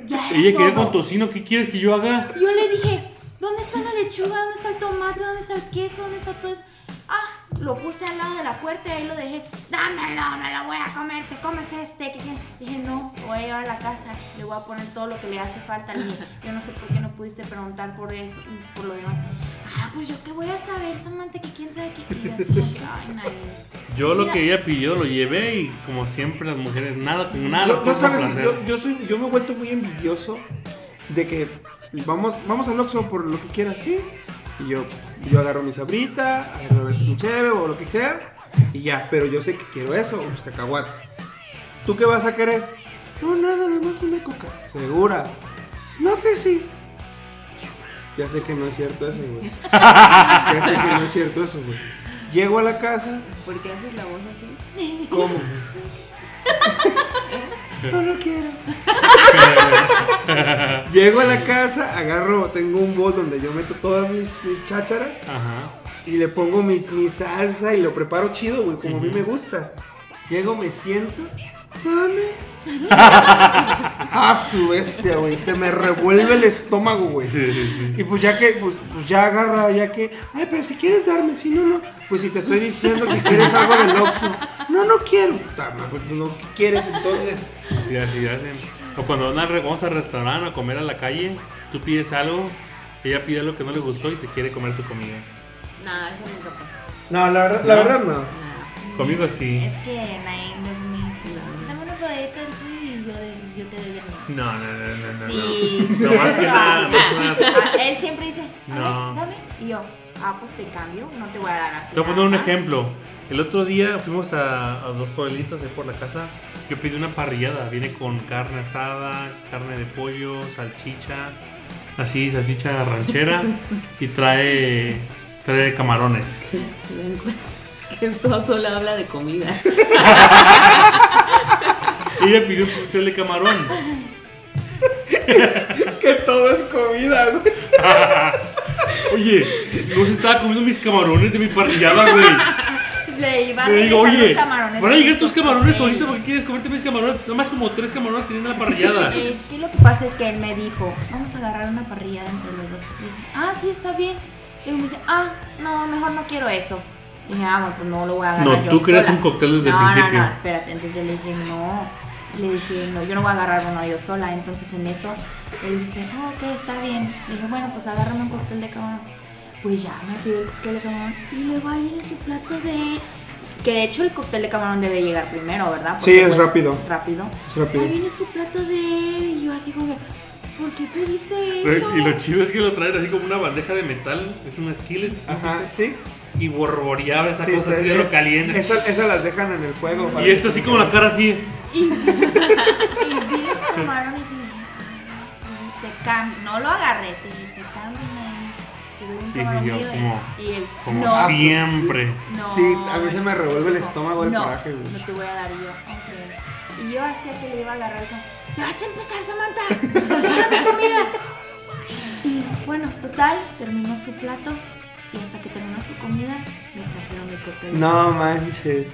S6: Ya era
S3: Ella quería
S6: todo.
S3: con tocino, ¿qué quieres que yo haga?
S6: Yo le dije, ¿dónde está la lechuga? ¿Dónde está el tomate? ¿Dónde está el queso? ¿Dónde está todo eso? Ah, lo puse al lado de la puerta y ahí lo dejé. Dámelo, me lo voy a comer, te comes este. que que-". Dije, no, voy a llevar a la casa, le voy a poner todo lo que le hace falta. Le dije, yo no sé por qué no pudiste preguntar por eso, y por lo demás. Ah, pues yo qué voy a saber, Samantha, que quién sabe qué. Y yo así, como que, ay, nadie.
S3: Yo lo
S6: Mira.
S3: que ella pidió lo llevé y como siempre las mujeres nada con nada.
S4: Yo, yo
S3: todo con
S4: sabes que
S3: placer.
S4: yo, yo soy, yo me he vuelto muy envidioso de que vamos, vamos al Oxxo por lo que quieras, ¿sí? Y yo, yo agarro mi sabrita, agarro a veces un cheve o lo que sea, y ya, pero yo sé que quiero eso, unos cacahuates. ¿Tú qué vas a querer? No, nada, nada más una coca. ¿Segura? No que sí. Ya sé que no es cierto eso, güey. Ya sé que no es cierto eso, güey. Llego a la casa,
S8: ¿Por qué haces la voz así?
S4: ¿cómo? no lo quiero. Llego a la casa, agarro, tengo un bol donde yo meto todas mis, mis chácharas
S3: Ajá.
S4: y le pongo mi, mi salsa y lo preparo chido, güey, como a mí me gusta. Llego, me siento, dame. a Ah, su bestia, güey, se me revuelve el estómago, güey.
S3: Sí, sí, sí.
S4: Y pues ya que, pues, pues ya agarra, ya que, ay, pero si quieres darme, si no, no, pues si te estoy diciendo que quieres algo del Oxxo, no, no quiero, Tama, pues no ¿qué quieres entonces.
S3: Sí, así hacen. O cuando van al re- vamos al restaurante a comer a la calle, tú pides algo, ella pide lo que no le gustó y te quiere comer tu comida.
S8: Nada, eso nunca pasa.
S4: No, la verdad, la verdad no.
S3: Conmigo sí.
S5: Es que Naim luego me dice, dame una probadita de tú y yo, de- yo te doy el mío".
S3: No, no, no, no, no. no.
S5: Sí, sí.
S3: No más que nada, no más que nada.
S6: Ah, Él siempre dice, a ver,
S3: No.
S6: dame. Y yo, ah, pues te cambio, no te voy a dar así.
S3: Te voy a
S6: nada
S3: poner un
S6: más".
S3: ejemplo. El otro día fuimos a, a dos pueblitos ahí por la casa. Yo pedí una parrillada. Viene con carne asada, carne de pollo, salchicha, así, salchicha ranchera. y trae, trae camarones.
S8: Que todo solo habla de comida.
S3: Ella pidió un cóctel de camarón.
S4: Que todo es comida, güey.
S3: Oye, no se estaba comiendo mis camarones de mi parrillada, güey.
S6: Le iba a
S3: Le digo,
S6: regresar
S3: oye,
S6: los camarones.
S3: van a llegar tus camarones
S6: Él-
S3: ahorita porque quieres comerte mis camarones. Nomás como tres camarones tienen la parrillada.
S6: Es que lo que pasa es que él me dijo, vamos a agarrar una parrilla entre los dos. Le dije, ah, sí, está bien. Y me dice, ah, no, mejor no quiero eso. Y dije, ah, bueno, pues no lo voy a agarrar.
S3: No,
S6: yo
S3: tú creas
S6: sola".
S3: un cóctel desde el
S6: no,
S3: principio.
S6: No, no, espérate. Entonces yo le dije, no. Le dije, no, yo no voy a agarrar uno yo sola. Entonces en eso, él dice, ah, ok, está bien. Le dije, bueno, pues agárrame un cóctel de camarón. Pues ya, me pidió el cóctel de camarón y le va a ir en su plato de... Que de hecho el cóctel de camarón debe llegar primero, ¿verdad? pues
S9: Sí, es rápido.
S6: Rápido.
S9: Es rápido.
S6: Ahí
S3: Este,
S6: viene su plato de él. Y yo así como, que, ¿por qué pediste eso?
S3: Eh, Y lo chido es que lo traen así como una bandeja de metal, es una skillet,
S9: Ajá, sí.
S3: y borboreaba esa
S9: sí, sí,
S3: cosa así de
S9: sí.
S3: lo caliente.
S9: Esa- Esas las dejan en el fuego. para
S3: y esto así como la cara así.
S6: Y, y vi los camarones y dije, "Ay, te cambio. No lo agarré, te dije, te cambio. nene". Te doy un
S3: Y
S6: camarón
S3: yo,
S6: vivo,
S3: como-
S6: y él,
S3: Como
S6: no,
S3: siempre.
S6: no,
S9: Ah, Sí, a mí se me
S6: no te
S9: revuelve el
S6: dejo.
S9: estómago del
S6: no,
S9: coraje, güey.
S6: No te voy a dar y yo. "Ok". Y yo hacía que le iba a agarrar como, "Ya vas a empezar, Samantha! ¡Déjame comida! Sí, bueno, total, terminó su plato y hasta que terminó su comida me trajeron mi cóctel.
S9: No manches.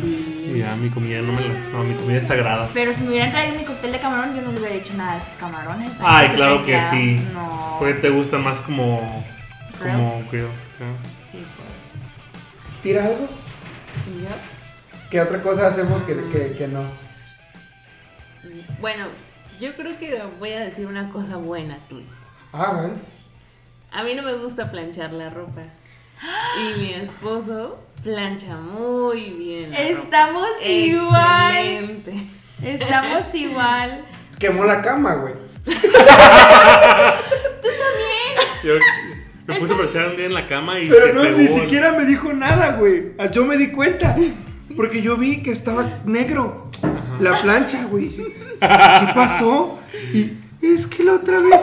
S6: Sí.
S3: Y ya mi comida no me la. No, mi comida es sagrada.
S6: Pero si me hubieran traído mi cóctel de camarón, yo no le hubiera hecho nada de esos camarones.
S3: Ay,
S6: Entonces,
S3: claro
S6: me
S3: que
S6: queda-
S3: sí.
S6: No.
S4: Pues,
S3: Porque te gusta más como. Como,
S6: Grilled.
S3: creo. creo.
S6: Sí, pues.
S4: ¿Tiras algo?
S8: Y yo,
S4: ¿Qué otra cosa hacemos que, que, que no?
S8: Bueno, yo creo que voy a decir una cosa buena tuya.
S4: Ah, bueno.
S8: A mí no me gusta planchar la ropa. Y mi esposo plancha muy bien. la ropa.
S6: Estamos igual.
S8: Excelente.
S6: Estamos igual.
S4: Quemó la cama, güey.
S3: Yo me puse a planchar un día en la cama y se
S4: Pero no,
S3: pegó
S4: ni
S3: el-
S4: siquiera me dijo nada, güey. Ah, Yo me di cuenta. Porque yo vi que estaba negro. La plancha, güey. ¿Qué pasó? Y es que la otra vez.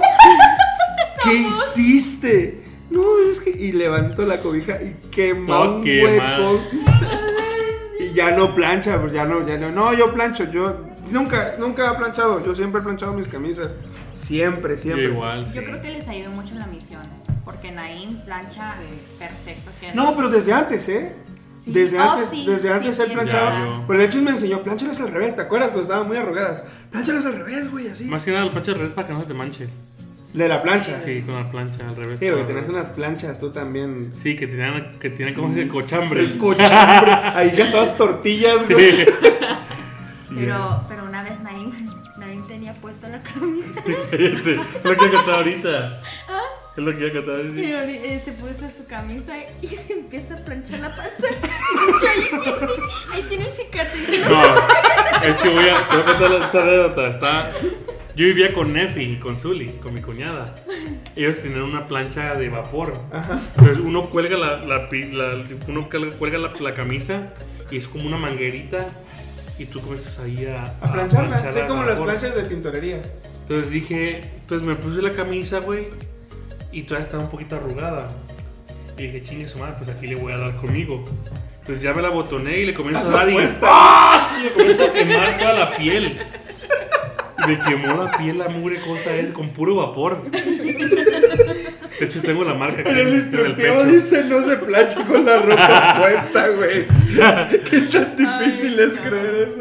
S4: ¿Qué hiciste? No, es que. Y levantó la cobija y
S3: Todo
S4: quemó un
S3: quemado.
S4: hueco. Y ya no plancha, pues ya no, ya no. No, yo plancho, yo. Nunca, nunca he planchado. Yo siempre he planchado mis camisas. Siempre,
S3: Yo
S4: siempre.
S3: igual. sí.
S6: Yo creo que les ayudó mucho en la misión. Porque Naim plancha perfecto. Que
S4: No, pero desde antes, ¿eh?
S6: Sí.
S4: Desde
S6: Oh,
S4: antes,
S6: sí,
S4: desde
S6: sí,
S4: antes
S6: sí,
S4: él
S6: es
S3: verdad. Ya,
S4: planchaba.
S3: yo-
S4: Pero de hecho él me enseñó, planchalas al revés, ¿te acuerdas? Cuando estaban muy arrugadas. Planchalas al revés, güey, así.
S3: Más que nada, la plancha al revés para que no se te manche.
S4: De la plancha.
S3: Sí, con la plancha al revés.
S4: Sí, güey,
S3: Con la-
S4: tenés unas planchas tú también.
S3: Sí, que tenían, que tenían como ese cochambre.
S4: El cochambre. Ahí gastabas tortillas,
S3: Sí.
S4: güey.
S6: pero, pero una vez Naim, Naim tenía puesta la camisa.
S3: Cállate, es lo que yo contaba ahorita. Es lo que yo contaba ahorita.
S6: Y ahorita, eh, se puso su camisa y se empieza a planchar la panza. Y ahí tiene, ahí tiene el cicatriz.
S3: No, es que voy a, te voy a contar la- esta anécdota. Está, yo vivía con Nefi y con Zully, con mi cuñada. Ellos tenían una plancha de vapor. Entonces uno cuelga la, la pi- la- uno cuelga cuelga la, la camisa y es como una manguerita y tú comienzas ahí a,
S4: A plancharlas.
S3: planchar
S4: Sí,
S3: a
S4: como las
S3: vapor.
S4: planchas de tintorería.
S3: Entonces dije, entonces me puse la camisa, güey, y todavía estaba un poquito arrugada. Y dije, chingue su madre, pues aquí le voy a dar conmigo. Entonces ya me la botoné y le comienzo a dar y ¡Ah! Sí, me comienza a quemar toda la piel. Y me quemó la piel la mugre cosa esa con puro vapor. De hecho tengo la marca
S4: En el
S3: del
S4: instructivo dice no se plancha con la ropa puesta, güey. Qué tan difícil es creer eso.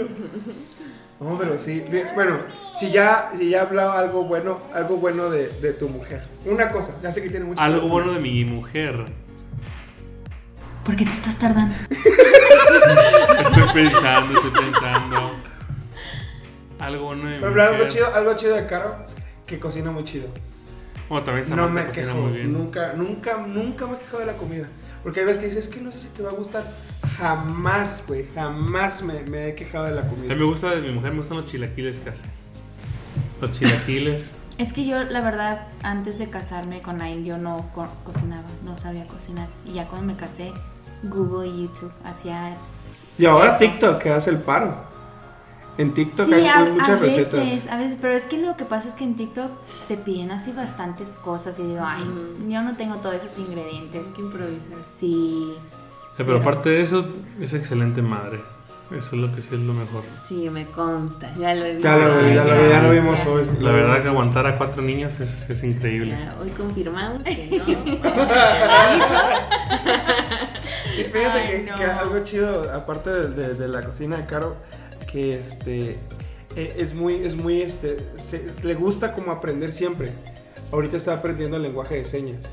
S4: No, pero sí. bien, Bueno, si ya, si ya hablaba algo bueno, algo bueno de, de tu mujer. Una cosa, ya sé que tiene mucho.
S3: Algo bueno de mi mujer.
S6: ¿Por qué te estás tardando?
S3: Estoy pensando, estoy pensando. Algo bueno de mi
S4: Por ejemplo, algo
S3: mujer.
S4: chido, algo chido de Caro, que cocina muy chido.
S3: Bueno, también
S4: no
S3: Samantha
S4: me
S3: cocina
S4: quejo.
S3: muy bien.
S4: Nunca, nunca, nunca me he quejado de la comida. Porque hay veces que dices, es que no sé si te va a gustar. Jamás, güey. Jamás me, me he quejado de la
S3: A
S4: comida.
S3: mí me gusta de mi mujer, me gustan los chilaquiles que hace. Los chilaquiles. Eh,
S6: Es que yo, la verdad, antes de casarme con Naim, yo no co- cocinaba, no sabía cocinar. Y ya cuando me casé, Google y YouTube hacía.
S4: Y ahora TikTok, que hace el paro. En TikTok hay,
S6: a,
S4: hay muchas
S6: a veces,
S4: recetas.
S6: a veces, pero es que lo que pasa es que en TikTok te piden así bastantes cosas y digo, ay,
S8: Mm.
S6: yo no tengo todos esos ingredientes.
S8: Es que improvisas.
S6: Sí.
S3: pero aparte de eso, es excelente madre. Eso es lo que sí es lo mejor.
S8: Sí, me consta. Ya lo he visto.
S4: Ya lo, vi, ya, lo, vi, ya lo vimos hoy.
S3: La verdad que aguantar a cuatro niños es, es increíble.
S8: Ya, hoy confirmamos que no.
S4: Y Fíjate que,
S6: Ay, no.
S4: que algo chido, aparte de, de- de la cocina de Caro, que este eh, es muy, es muy, este, se- le gusta como aprender siempre. Ahorita está aprendiendo el lenguaje de señas.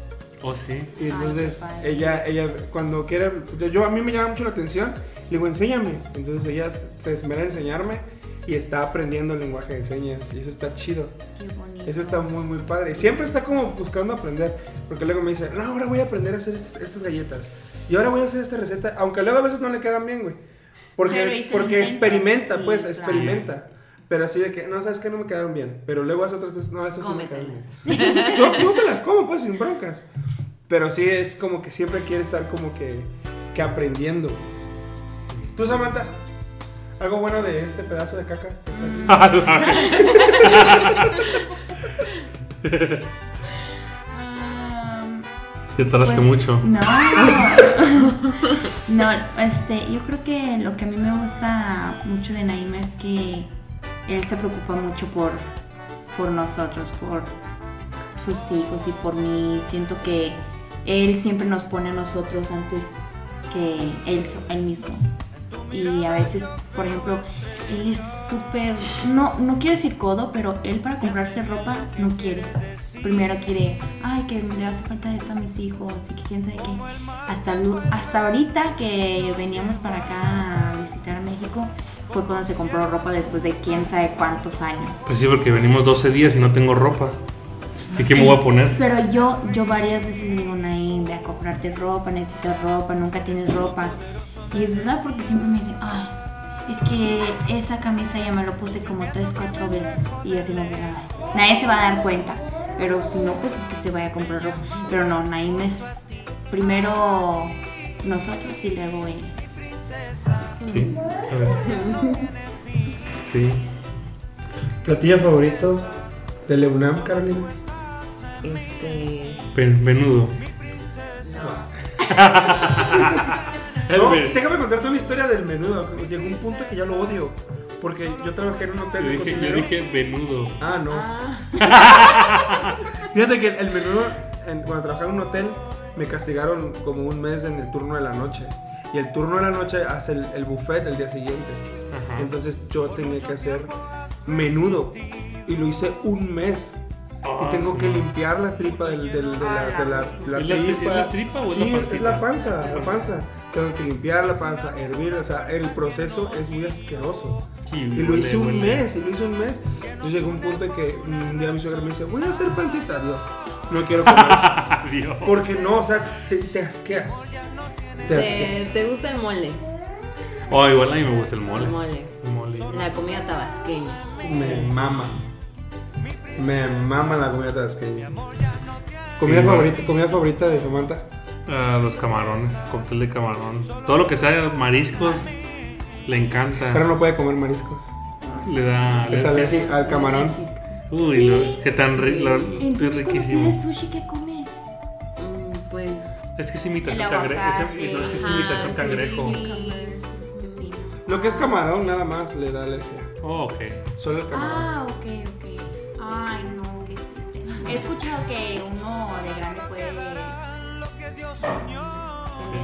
S3: Oh, sí.
S4: Y entonces ella, ella cuando quiere, yo, yo- a mí me llama mucho la atención, le digo, enséñame. Entonces ella se esmera en enseñarme y está aprendiendo el lenguaje de señas. Y eso está chido.
S6: Qué bonito.
S4: Eso está muy, muy padre. Y siempre está como buscando aprender. Porque luego me dice, no, ahora voy a aprender a hacer estas, estas galletas. Y ahora voy a hacer esta receta. Aunque luego a veces no le quedan bien, güey.
S6: Pero
S4: Porque,
S6: ahí se
S4: porque
S6: intenta,
S4: experimenta,
S6: sí,
S4: pues,
S6: claro.
S4: experimenta. Pero así de que, no, sabes que no me quedaron bien. Pero luego hace otras cosas, no, esas sí me quedaron bien. yo, yo me las como, pues, sin broncas. Pero sí es como que siempre quiere estar como que, que aprendiendo. Tú, Samantha, algo bueno de este pedazo de caca. que está aquí?
S6: Um,
S3: Te tardaste
S6: Pues,
S3: mucho.
S6: No. no, este, yo creo que lo que a mí me gusta mucho de Naima es que él se preocupa mucho por, por nosotros, por sus hijos y por mí. Siento que él siempre nos pone a nosotros antes que él, so- él mismo. Y a veces, por ejemplo, él es súper, no, no quiero decir codo, pero él para comprarse ropa no quiere. Primero quiere, ay, que me le hace falta esto a mis hijos, y que quién sabe qué. Hasta, lu- hasta ahorita que veníamos para acá a visitar México, fue cuando se compró ropa después de quién sabe cuántos años.
S3: Pues sí, porque venimos 12 días y no tengo ropa. ¿Y qué me voy a poner?
S6: Pero yo, yo varias veces le digo, Naim, ve a comprarte ropa, necesitas ropa, nunca tienes ropa. Y es verdad porque siempre me dice, ay, es que esa camisa ya me lo puse como tres, cuatro veces y así no me la da". Nadie se va a dar cuenta, pero si no, pues que se vaya a comprar ropa. Pero no, Naim es primero nosotros y luego él.
S3: Sí. A ver. Sí.
S4: ¿Platillo favorito de Leunam, Carolina?
S8: Este.
S3: Ven- Venudo. Eh, El
S4: No,
S3: ven-
S4: déjame contarte una historia del menudo. Llegó un punto que ya lo odio. Porque yo trabajé en un hotel
S3: Yo
S4: de
S3: dije, yo
S4: cocinero.
S3: dije venudo.
S4: Ah, no.
S3: Ah.
S4: Fíjate que el menudo, en- cuando trabajaba en un hotel, me castigaron como un mes en el turno de la noche. Y el turno de la noche hace el, el buffet el día siguiente. Entonces yo tenía que hacer menudo. Y lo hice un mes.
S3: Ah,
S4: y tengo
S3: sí.
S4: que limpiar la tripa del, del- de la, de la- la
S3: ¿Es la-
S4: tripa.
S3: es la tripa o es
S4: Sí,
S3: la
S4: es
S3: pancita?
S4: la panza,
S3: La
S4: la panza. Tengo que limpiar la panza, hervir, o sea, el proceso es muy asqueroso.
S3: Sí,
S4: Y lo
S3: huele,
S4: hice un
S3: huele.
S4: mes, y lo hice un mes. Entonces llegó un punto en que un día mi suegra me dice, voy a hacer pancita, Dios. No quiero comer eso.
S3: Adiós.
S4: Porque no, o sea, te, te asqueas. Te
S8: ¿Te,
S4: asqueas.
S8: te gusta el mole?
S3: Oh, igual a mí me gusta el
S8: El
S3: mole.
S8: mole.
S3: El mole.
S8: La comida tabasqueña.
S4: Me mama. Me mama la comida tabasqueña. Comida
S3: Sí, no.
S4: favorita, comida favorita de Samantha.
S3: Ah, los camarones, cóctel de camarón. Todo lo que sea mariscos le
S4: Pero
S3: encanta.
S4: no puede comer mariscos.
S3: Le da.
S4: Es
S3: le-
S4: alérgica al camarón.
S3: Uy,
S6: Sí.
S3: lo- qué tan ri- lo- es
S6: Entonces, cuando
S3: riquísimo.
S6: pides sushi, ¿qué comes?
S8: Mm, Pues.
S3: Es que es imitación
S6: El
S3: cangrejo.
S6: aguacate.
S3: Es, no, es que es
S8: ajá,
S3: imitación cangrejo.
S8: frijoles,
S4: Lo que es camarón nada más le da alergia.
S3: Oh, ok.
S4: Solo el camarón.
S6: Ah, ok, ok. Ay, no, qué triste. He escuchado que uno de grande puede tener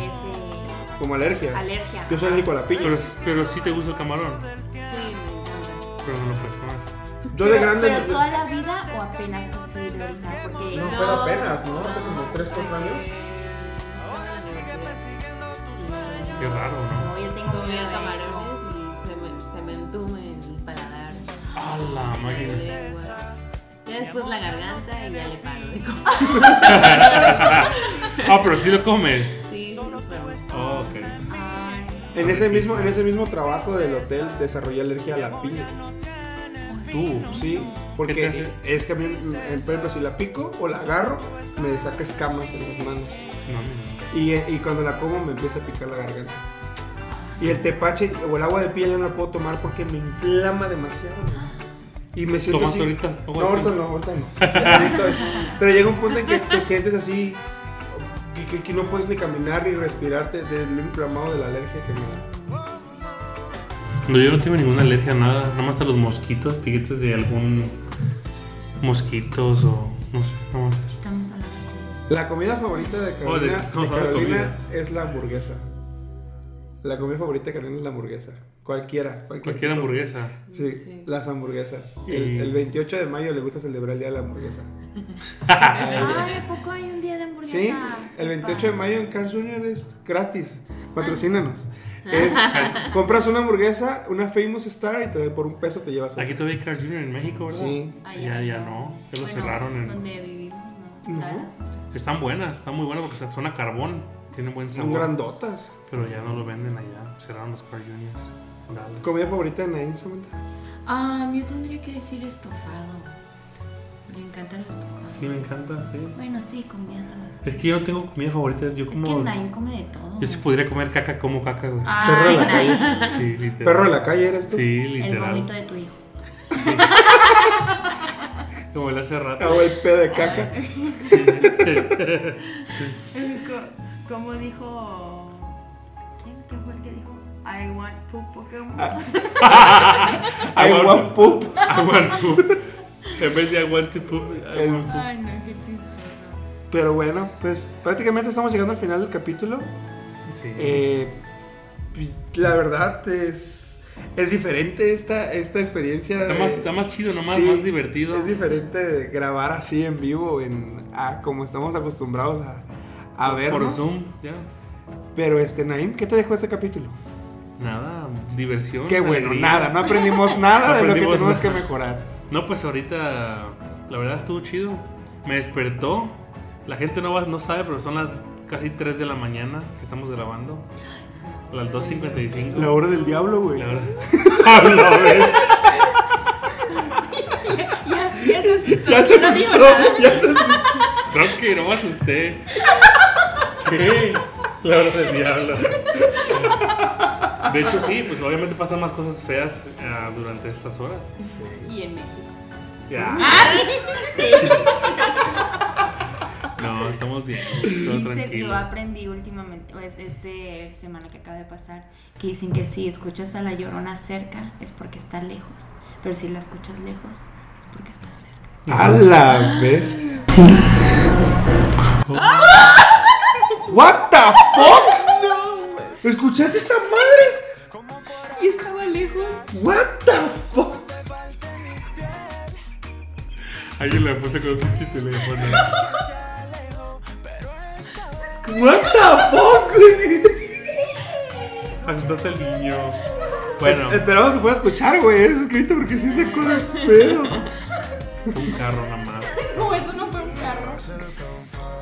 S6: ese
S4: Como alergias.
S6: alergia.
S4: Yo soy alérgico a la
S3: Pero,
S4: piña.
S3: pero sí te gusta el camarón,
S8: Sí, me encanta.
S3: pero no lo puedes comer.
S4: Yo de grande.
S6: ¿Pero toda la vida o apenas así de esa? Porque
S4: No,
S6: no.
S4: fue apenas, ¿no? Hace como 3, 4 años.
S3: Qué raro,
S4: pues
S3: ¿no?
S6: yo tengo miedo
S8: Comía
S6: a eso.
S8: camarones y se me, se me entume el paladar.
S3: A la
S8: la
S3: máquina.
S8: lengua. Ya después la garganta y ya le paro de comer.
S3: Ah, pero sí lo comes.
S8: Sí, sí, pero
S3: Oh, ok.
S6: Ay,
S4: En ese mismo, en ese mismo trabajo del hotel desarrollé alergia a la piña.
S3: Tú. ¿Qué
S4: Sí,
S3: te
S4: porque
S3: hace?
S4: es que a mí, mm, por ejemplo, si la pico o la agarro, me saca escamas en las manos.
S3: No, no.
S4: Y, y cuando la como me empieza a picar la garganta. Y el tepache o el agua de piel ya no la puedo tomar porque me inflama demasiado. Y me siento
S3: ¿Tomas
S4: así.
S3: ahorita
S4: No,
S3: agua de
S4: ahorita
S3: piel?
S4: no, ahorita no. Sí, ahorita- Pero llega un punto en que te sientes así, que, que- que no puedes ni caminar ni respirarte de lo inflamado de la alergia que me da.
S3: No, yo no tengo ninguna alergia a nada. Nada más a los mosquitos, piquetes de algún. Mosquitos o. No sé, nada más eso.
S6: estamos hablando.
S4: La comida favorita de
S3: Oh, de-
S4: Carolina, de
S3: no, no,
S4: Carolina
S3: comida.
S4: es la hamburguesa. La comida favorita de Carolina es la hamburguesa. Cualquiera, cualquier
S3: Cualquier
S4: tipo.
S3: hamburguesa.
S4: Sí, las hamburguesas.
S3: Y-
S4: El, el 28 de mayo le gusta celebrar el día de la hamburguesa.
S6: Ay, ¿a poco hay un día de hamburguesa.
S4: Sí, el 28 de mayo en Carl Jr. es gratis. Patrocínanos. Es, compras una hamburguesa, una Famous Star y te da- por un peso te llevas otra.
S3: Aquí todavía hay Carl Jr. en México, ¿verdad?
S4: Sí.
S6: Ah,
S3: Ya, ya no. Ya lo
S6: Bueno,
S3: cerraron. en-
S6: Donde vivimos, ¿no? Dallas.
S3: Están buenas, están muy buenas porque se suena a carbón. Tienen buen
S4: Son
S3: sabor.
S4: grandotas.
S3: Pero ya no lo venden allá. Cerraron los Carl Jr. Dale.
S4: ¿Comida favorita de Naim, Samantha?
S6: Ah, yo tendría que decir estofado. Me encanta el estofado.
S3: Sí, me encanta. sí.
S6: Bueno, sí, comiéndolo. Es
S3: Es que yo no tengo comida favorita. Yo como.
S6: que Nain come de todo.
S3: yo si pudiera comer caca, como caca, güey.
S4: Perro de
S6: Ay,
S4: la calle.
S6: Nain.
S3: Sí, literal.
S4: Perro de la calle eres tú.
S3: Sí,
S6: El vómito
S3: literal.
S6: de tu hijo.
S3: Como él hace rato.
S4: Hago el pedo de caca.
S5: Como dijo. ¿Quién? ¿Quién fue el que dijo? I want poop Pokémon.
S4: I want poop.
S3: I want poop. En vez de I want to poop, I
S4: El-
S3: want poop.
S5: Ay, no, qué chistoso.
S4: Pero bueno, pues prácticamente estamos llegando al final del capítulo.
S3: Sí.
S4: Eh, y la verdad es, es diferente esta, esta experiencia.
S3: está,
S4: de-
S3: más, está más chido, nomás,
S4: Sí,
S3: más divertido.
S4: Es diferente de grabar así en vivo, en, a como estamos acostumbrados a, a vernos.
S3: Por Zoom, ya.
S4: Pero este, Naim, ¿qué te dejó este capítulo?
S3: Nada, diversión.
S4: Qué bueno,
S3: alegría.
S4: nada, no aprendimos nada
S3: No
S4: de lo que
S3: aprendimos
S4: tenemos que
S3: nada.
S4: mejorar.
S3: No, pues ahorita la verdad estuvo chido. Me despertó. La gente no, va- no sabe, pero son las casi 3 de la mañana que estamos grabando. Las 2.55.
S4: La Ah, hora del diablo, güey.
S3: La verdad. Habla, güey.
S6: Ya, ya se asustó.
S4: Ya se asustó, ya se asustó.
S3: Creo que no me asusté. ¿Qué? La hora del diablo. De hecho, sí, pues obviamente pasan más cosas feas ah, durante estas horas.
S6: Y en México.
S3: Ya. No, estamos bien. Todo
S6: Dice, yo
S3: tranquilo.
S6: aprendí últimamente, pues este semana que acaba de pasar, que dicen que si escuchas a la llorona cerca es porque está lejos. Pero si la escuchas lejos es porque está cerca.
S4: A la bestia. What the fuck? ¿Escuchaste esa madre?
S8: Y estaba lejos.
S4: What the fuck?
S3: Alguien la puse con su pinche teléfono.
S4: What the fuck? güey?
S3: Asustaste al niño. Bueno,
S4: Esperamos que pueda escuchar, güey, ese grito porque sí se corre pedo.
S3: fue un carro nada más.
S6: No, eso no fue un carro.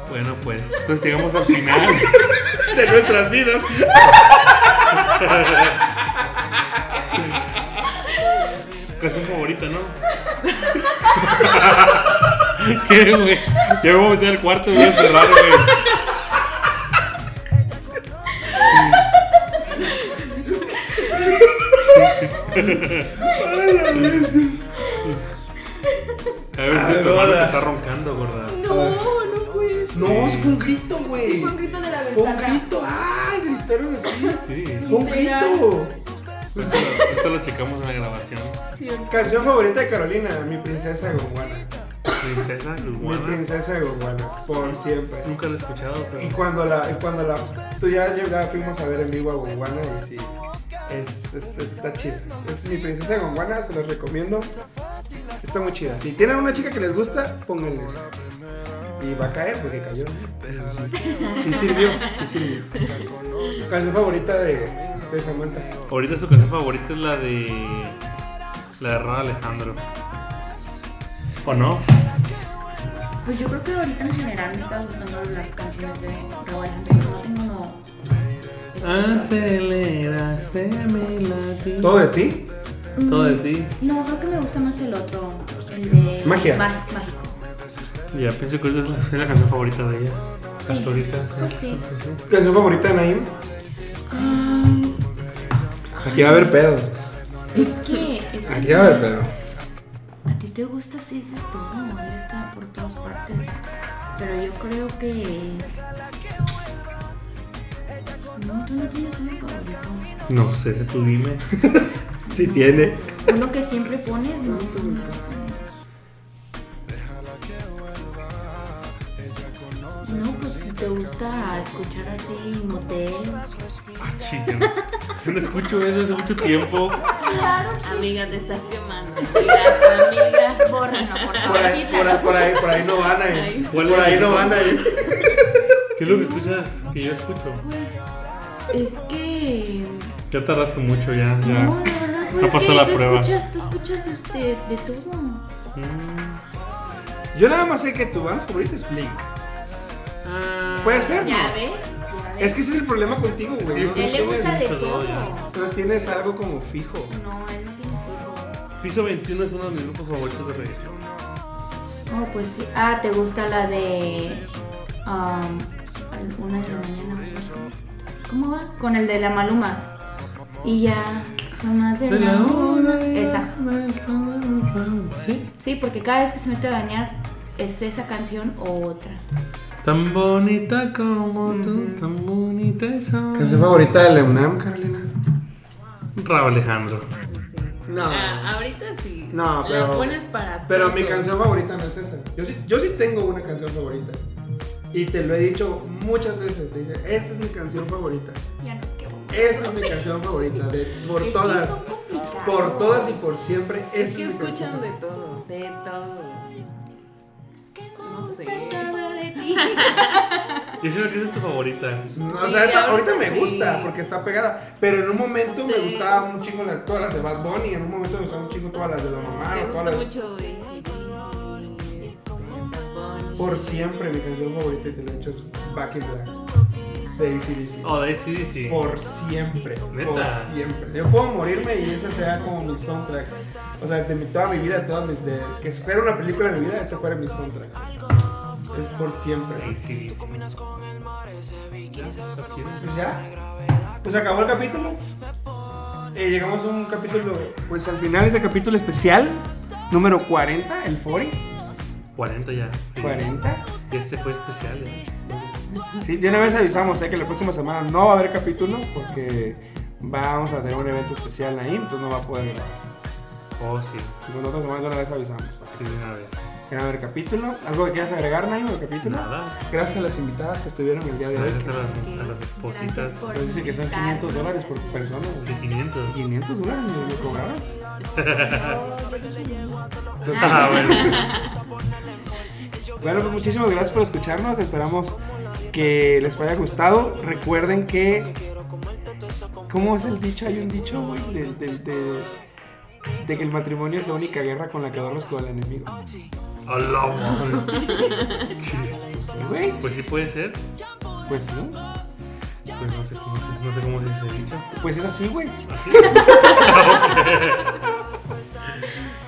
S3: Bueno, pues, entonces llegamos al final.
S4: De nuestras vidas.
S3: Canción favorita, ¿no? ¿Qué, güey? Ya me voy a meter al cuarto y voy a cerrar, güey. A ver
S4: Ah,
S3: si tu hermano te está roncando, gorda.
S4: No, eso fue un grito, güey.
S6: Fue un grito de la
S4: Fue un
S6: ventana.
S4: grito. Ay, gritaron así.
S3: Sí.
S4: Fue un grito.
S3: Esto, lo- esto lo checamos en la grabación.
S4: Canción favorita de Carolina, mi princesa Gonguana.
S3: Princesa,
S4: Mi
S3: Lugwana.
S4: princesa Gonguana, por siempre.
S3: Nunca lo he escuchado,
S4: Y
S3: pero.
S4: cuando la, y cuando la, tú ya llegaba, fuimos a ver en vivo a Gonguana y sí, es, es- está chida. Es mi princesa Gonguana, se los recomiendo. Está muy chida. Si tienen una chica que les gusta, pónganle esa. Y va a caer porque cayó. Pero sí, sí sirvió, sí sirvió. Canción favorita de, de Samantha.
S3: Ahorita su canción favorita es la de. La de Ron Alejandro. ¿O no?
S6: Pues yo creo que ahorita en general me está gustando las canciones de Raúl Alejandro. No tengo.
S3: Ah, Acelera, se me late.
S4: ¿Todo de ti?
S5: Este,
S3: Todo de ti.
S6: No, creo que me gusta más el otro, el de.
S4: Magia.
S6: Má- mágico.
S3: Ya pienso que esa es la, es la canción favorita de ella. Hasta ahorita.
S6: Pues sí.
S4: ¿Canción favorita de Naim?
S6: Mm,
S4: Aquí va a haber pedos.
S6: es que. Es que
S4: Aquí va a haber pedos.
S6: A ti te gusta así de todo, él está por todas partes. Pero yo creo que. No, tú no tienes un favorito.
S3: No sé, tú dime.
S4: Sí tiene.
S6: Uno que siempre pones, no tú no pones. No, pues si te gusta escuchar así motel.
S3: Ah, chillo. Yo no escucho eso hace mucho tiempo.
S8: Amiga, te estás quemando. Amiga, amiga.
S6: Bórralo, por
S4: Por
S6: favor.
S4: ahí, por ahí, por ahí, por ahí no van a ir.
S3: ¿Cuál
S4: Por
S3: es?
S4: ahí no van a ir.
S3: ¿Qué es lo que escuchas que yo escucho?
S6: Pues es que.
S3: Ya tardaste mucho, ya. ya.
S6: No, la verdad, pues
S3: Ya
S6: es
S3: pasó
S6: que
S3: la
S6: tú
S3: prueba.
S6: escuchas, tú escuchas este de todo.
S3: Mm,
S4: Yo nada más sé que tu banda favorita es Blink.
S3: Mm.
S4: Puede ser, ¿no?
S5: ¿Ya ves? Ya ves.
S4: Es que ese es el problema contigo, güey. No,
S3: que-
S5: A él le gusta de
S3: Todo
S5: todo.
S3: ya.
S4: no tienes algo como fijo.
S5: No, él no tiene todo.
S3: Piso 21 es uno de mis grupos favoritos de reggaetón.
S6: Oh, pues sí. Ah, ¿te gusta la de. am, una de la mañana? no sé. ¿Cómo va? Con el de la Maluma. Y ya. Son más de la una. Esa.
S3: ¿Sí?
S6: Sí, porque cada vez que se mete a bañar es esa canción o otra.
S3: Tan bonita como tú, tan bonita esa.
S4: ¿Canción favorita de la UNAM, Carolina?
S3: Rabo Alejandro.
S4: No.
S8: Ah, ahorita sí.
S4: No, pero.
S8: La pones para
S4: Pero
S8: todo.
S4: mi canción favorita no es esa. Yo sí, yo sí tengo una canción favorita. Y te lo he dicho muchas veces. te dije, esta es mi canción favorita.
S5: Ya no es que vamos.
S4: Esta es mi canción favorita. de- por todas. Por todas y por siempre. Esta
S8: Es que
S4: mi canción
S8: escuchan de
S4: favorita.
S8: todo. De todo. No sé.
S3: Y esa que es tu favorita.
S4: No, o
S8: Sí,
S4: sea, ahorita,
S8: ahorita
S4: ahorita me
S8: sí.
S4: gusta porque está pegada. Pero en un momento me
S8: Sí.
S4: gustaba un chingo la- todas las de Bad Bunny. En un momento me gustaban un chingo todas las de la mamá.
S8: Me
S4: o
S8: gusta
S4: todas las-
S8: mucho ACDC, Bad Bunny.
S4: Por siempre mi canción favorita y te lo he dicho es Back in Black. De ACDC.
S3: Oh, de ACDC.
S4: Por siempre. Por
S3: Neta.
S4: siempre. Yo puedo morirme y esa sea como mi soundtrack. O sea, de mi, toda mi vida, toda mi- de, que espero una película de mi vida, ese fuera mi soundtrack. Es por siempre.
S3: ACDC. Ya, está chido.
S4: Pues ya. Pues acabó el capítulo. Eh, llegamos a un capítulo. Pues al final es el capítulo especial. Número 40, el 40.
S3: 40 ya. Sí.
S4: 40.
S3: Y este fue especial. ¿eh? Entonces,
S4: Sí, de una vez avisamos eh, que la próxima semana no va a haber capítulo porque vamos a tener un evento especial ahí, entonces no va a poder grabar.
S3: Oh, sí.
S4: Entonces, la otra semana de una vez avisamos.
S3: Sí, de una vez.
S4: Que no va a haber capítulo. ¿Algo que quieras agregar, Naim, al capítulo?
S3: Nada.
S4: Gracias a las invitadas que estuvieron el día de hoy.
S3: Gracias a las, a las espositas.
S5: Gracias por-
S4: Entonces dicen que son 500 dólares por persona.
S3: De 500.
S4: 500 dólares me, me cobraron. Entonces,
S3: Ah, bueno.
S4: Bueno, pues muchísimas gracias por escucharnos. Esperamos que les haya gustado. Recuerden que. ¿Cómo es el dicho? Hay un dicho, güey, de, de- de- de que el matrimonio es la única guerra con la que duermes con el enemigo.
S3: A la madre.
S4: Pues sí, güey.
S3: Pues sí puede ser.
S4: Pues no.
S3: Pues no sé cómo se, no sé cómo se dice ese dicho.
S4: Pues es así, güey.
S3: ¿Así? Ok.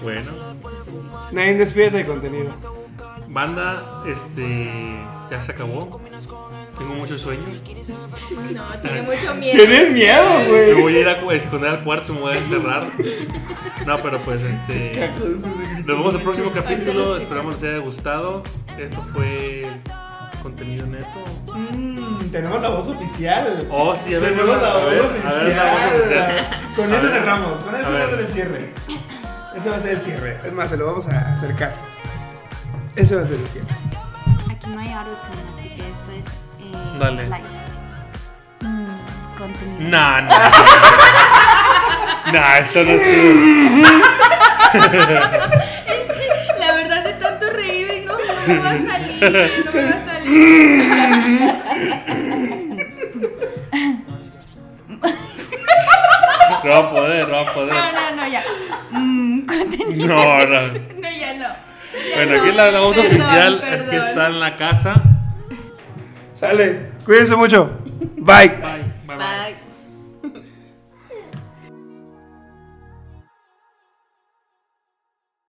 S3: Bueno,
S4: Nadie despídete de contenido.
S3: banda, este ya se acabó. Tengo mucho sueño.
S5: No, tiene mucho miedo.
S4: ¡Tienes miedo,
S3: Me
S4: güey!
S3: voy a ir a cu- a esconder al cuarto, me voy a encerrar. No, pero pues este. Nos vemos en el próximo capítulo. Esperamos les haya gustado. Esto fue contenido neto.
S4: Mm, tenemos la voz oficial.
S3: Oh, sí, a ver.
S4: tenemos la
S3: a
S4: voz
S3: ver,
S4: oficial.
S3: a ver, la voz oficial.
S4: Con
S3: A
S4: eso
S3: ver,
S4: cerramos. Con
S3: a
S4: eso va
S3: ver.
S4: a ser el cierre. Ese va a ser el cierre. Es más, se lo vamos a acercar. Ese va a ser el cierre.
S1: Aquí no hay autotune, así que esto es eh,
S3: Dale.
S1: live. Mm, contenido.
S3: No, no. No, eso no estuvo.
S5: La verdad de tanto reírme, no, no me va a salir, no me va a salir.
S3: No va a poder, no va a poder.
S1: No, no, no, ya. Mm, contenido.
S3: No, no.
S5: No, ya no. Ya
S3: Bueno,
S5: no.
S3: aquí la, la voz
S5: Perdón,
S3: oficial es que
S5: perdón.
S3: está en la casa.
S4: Sale. Cuídense mucho. Bye.
S3: Bye, bye. bye.
S8: Bye.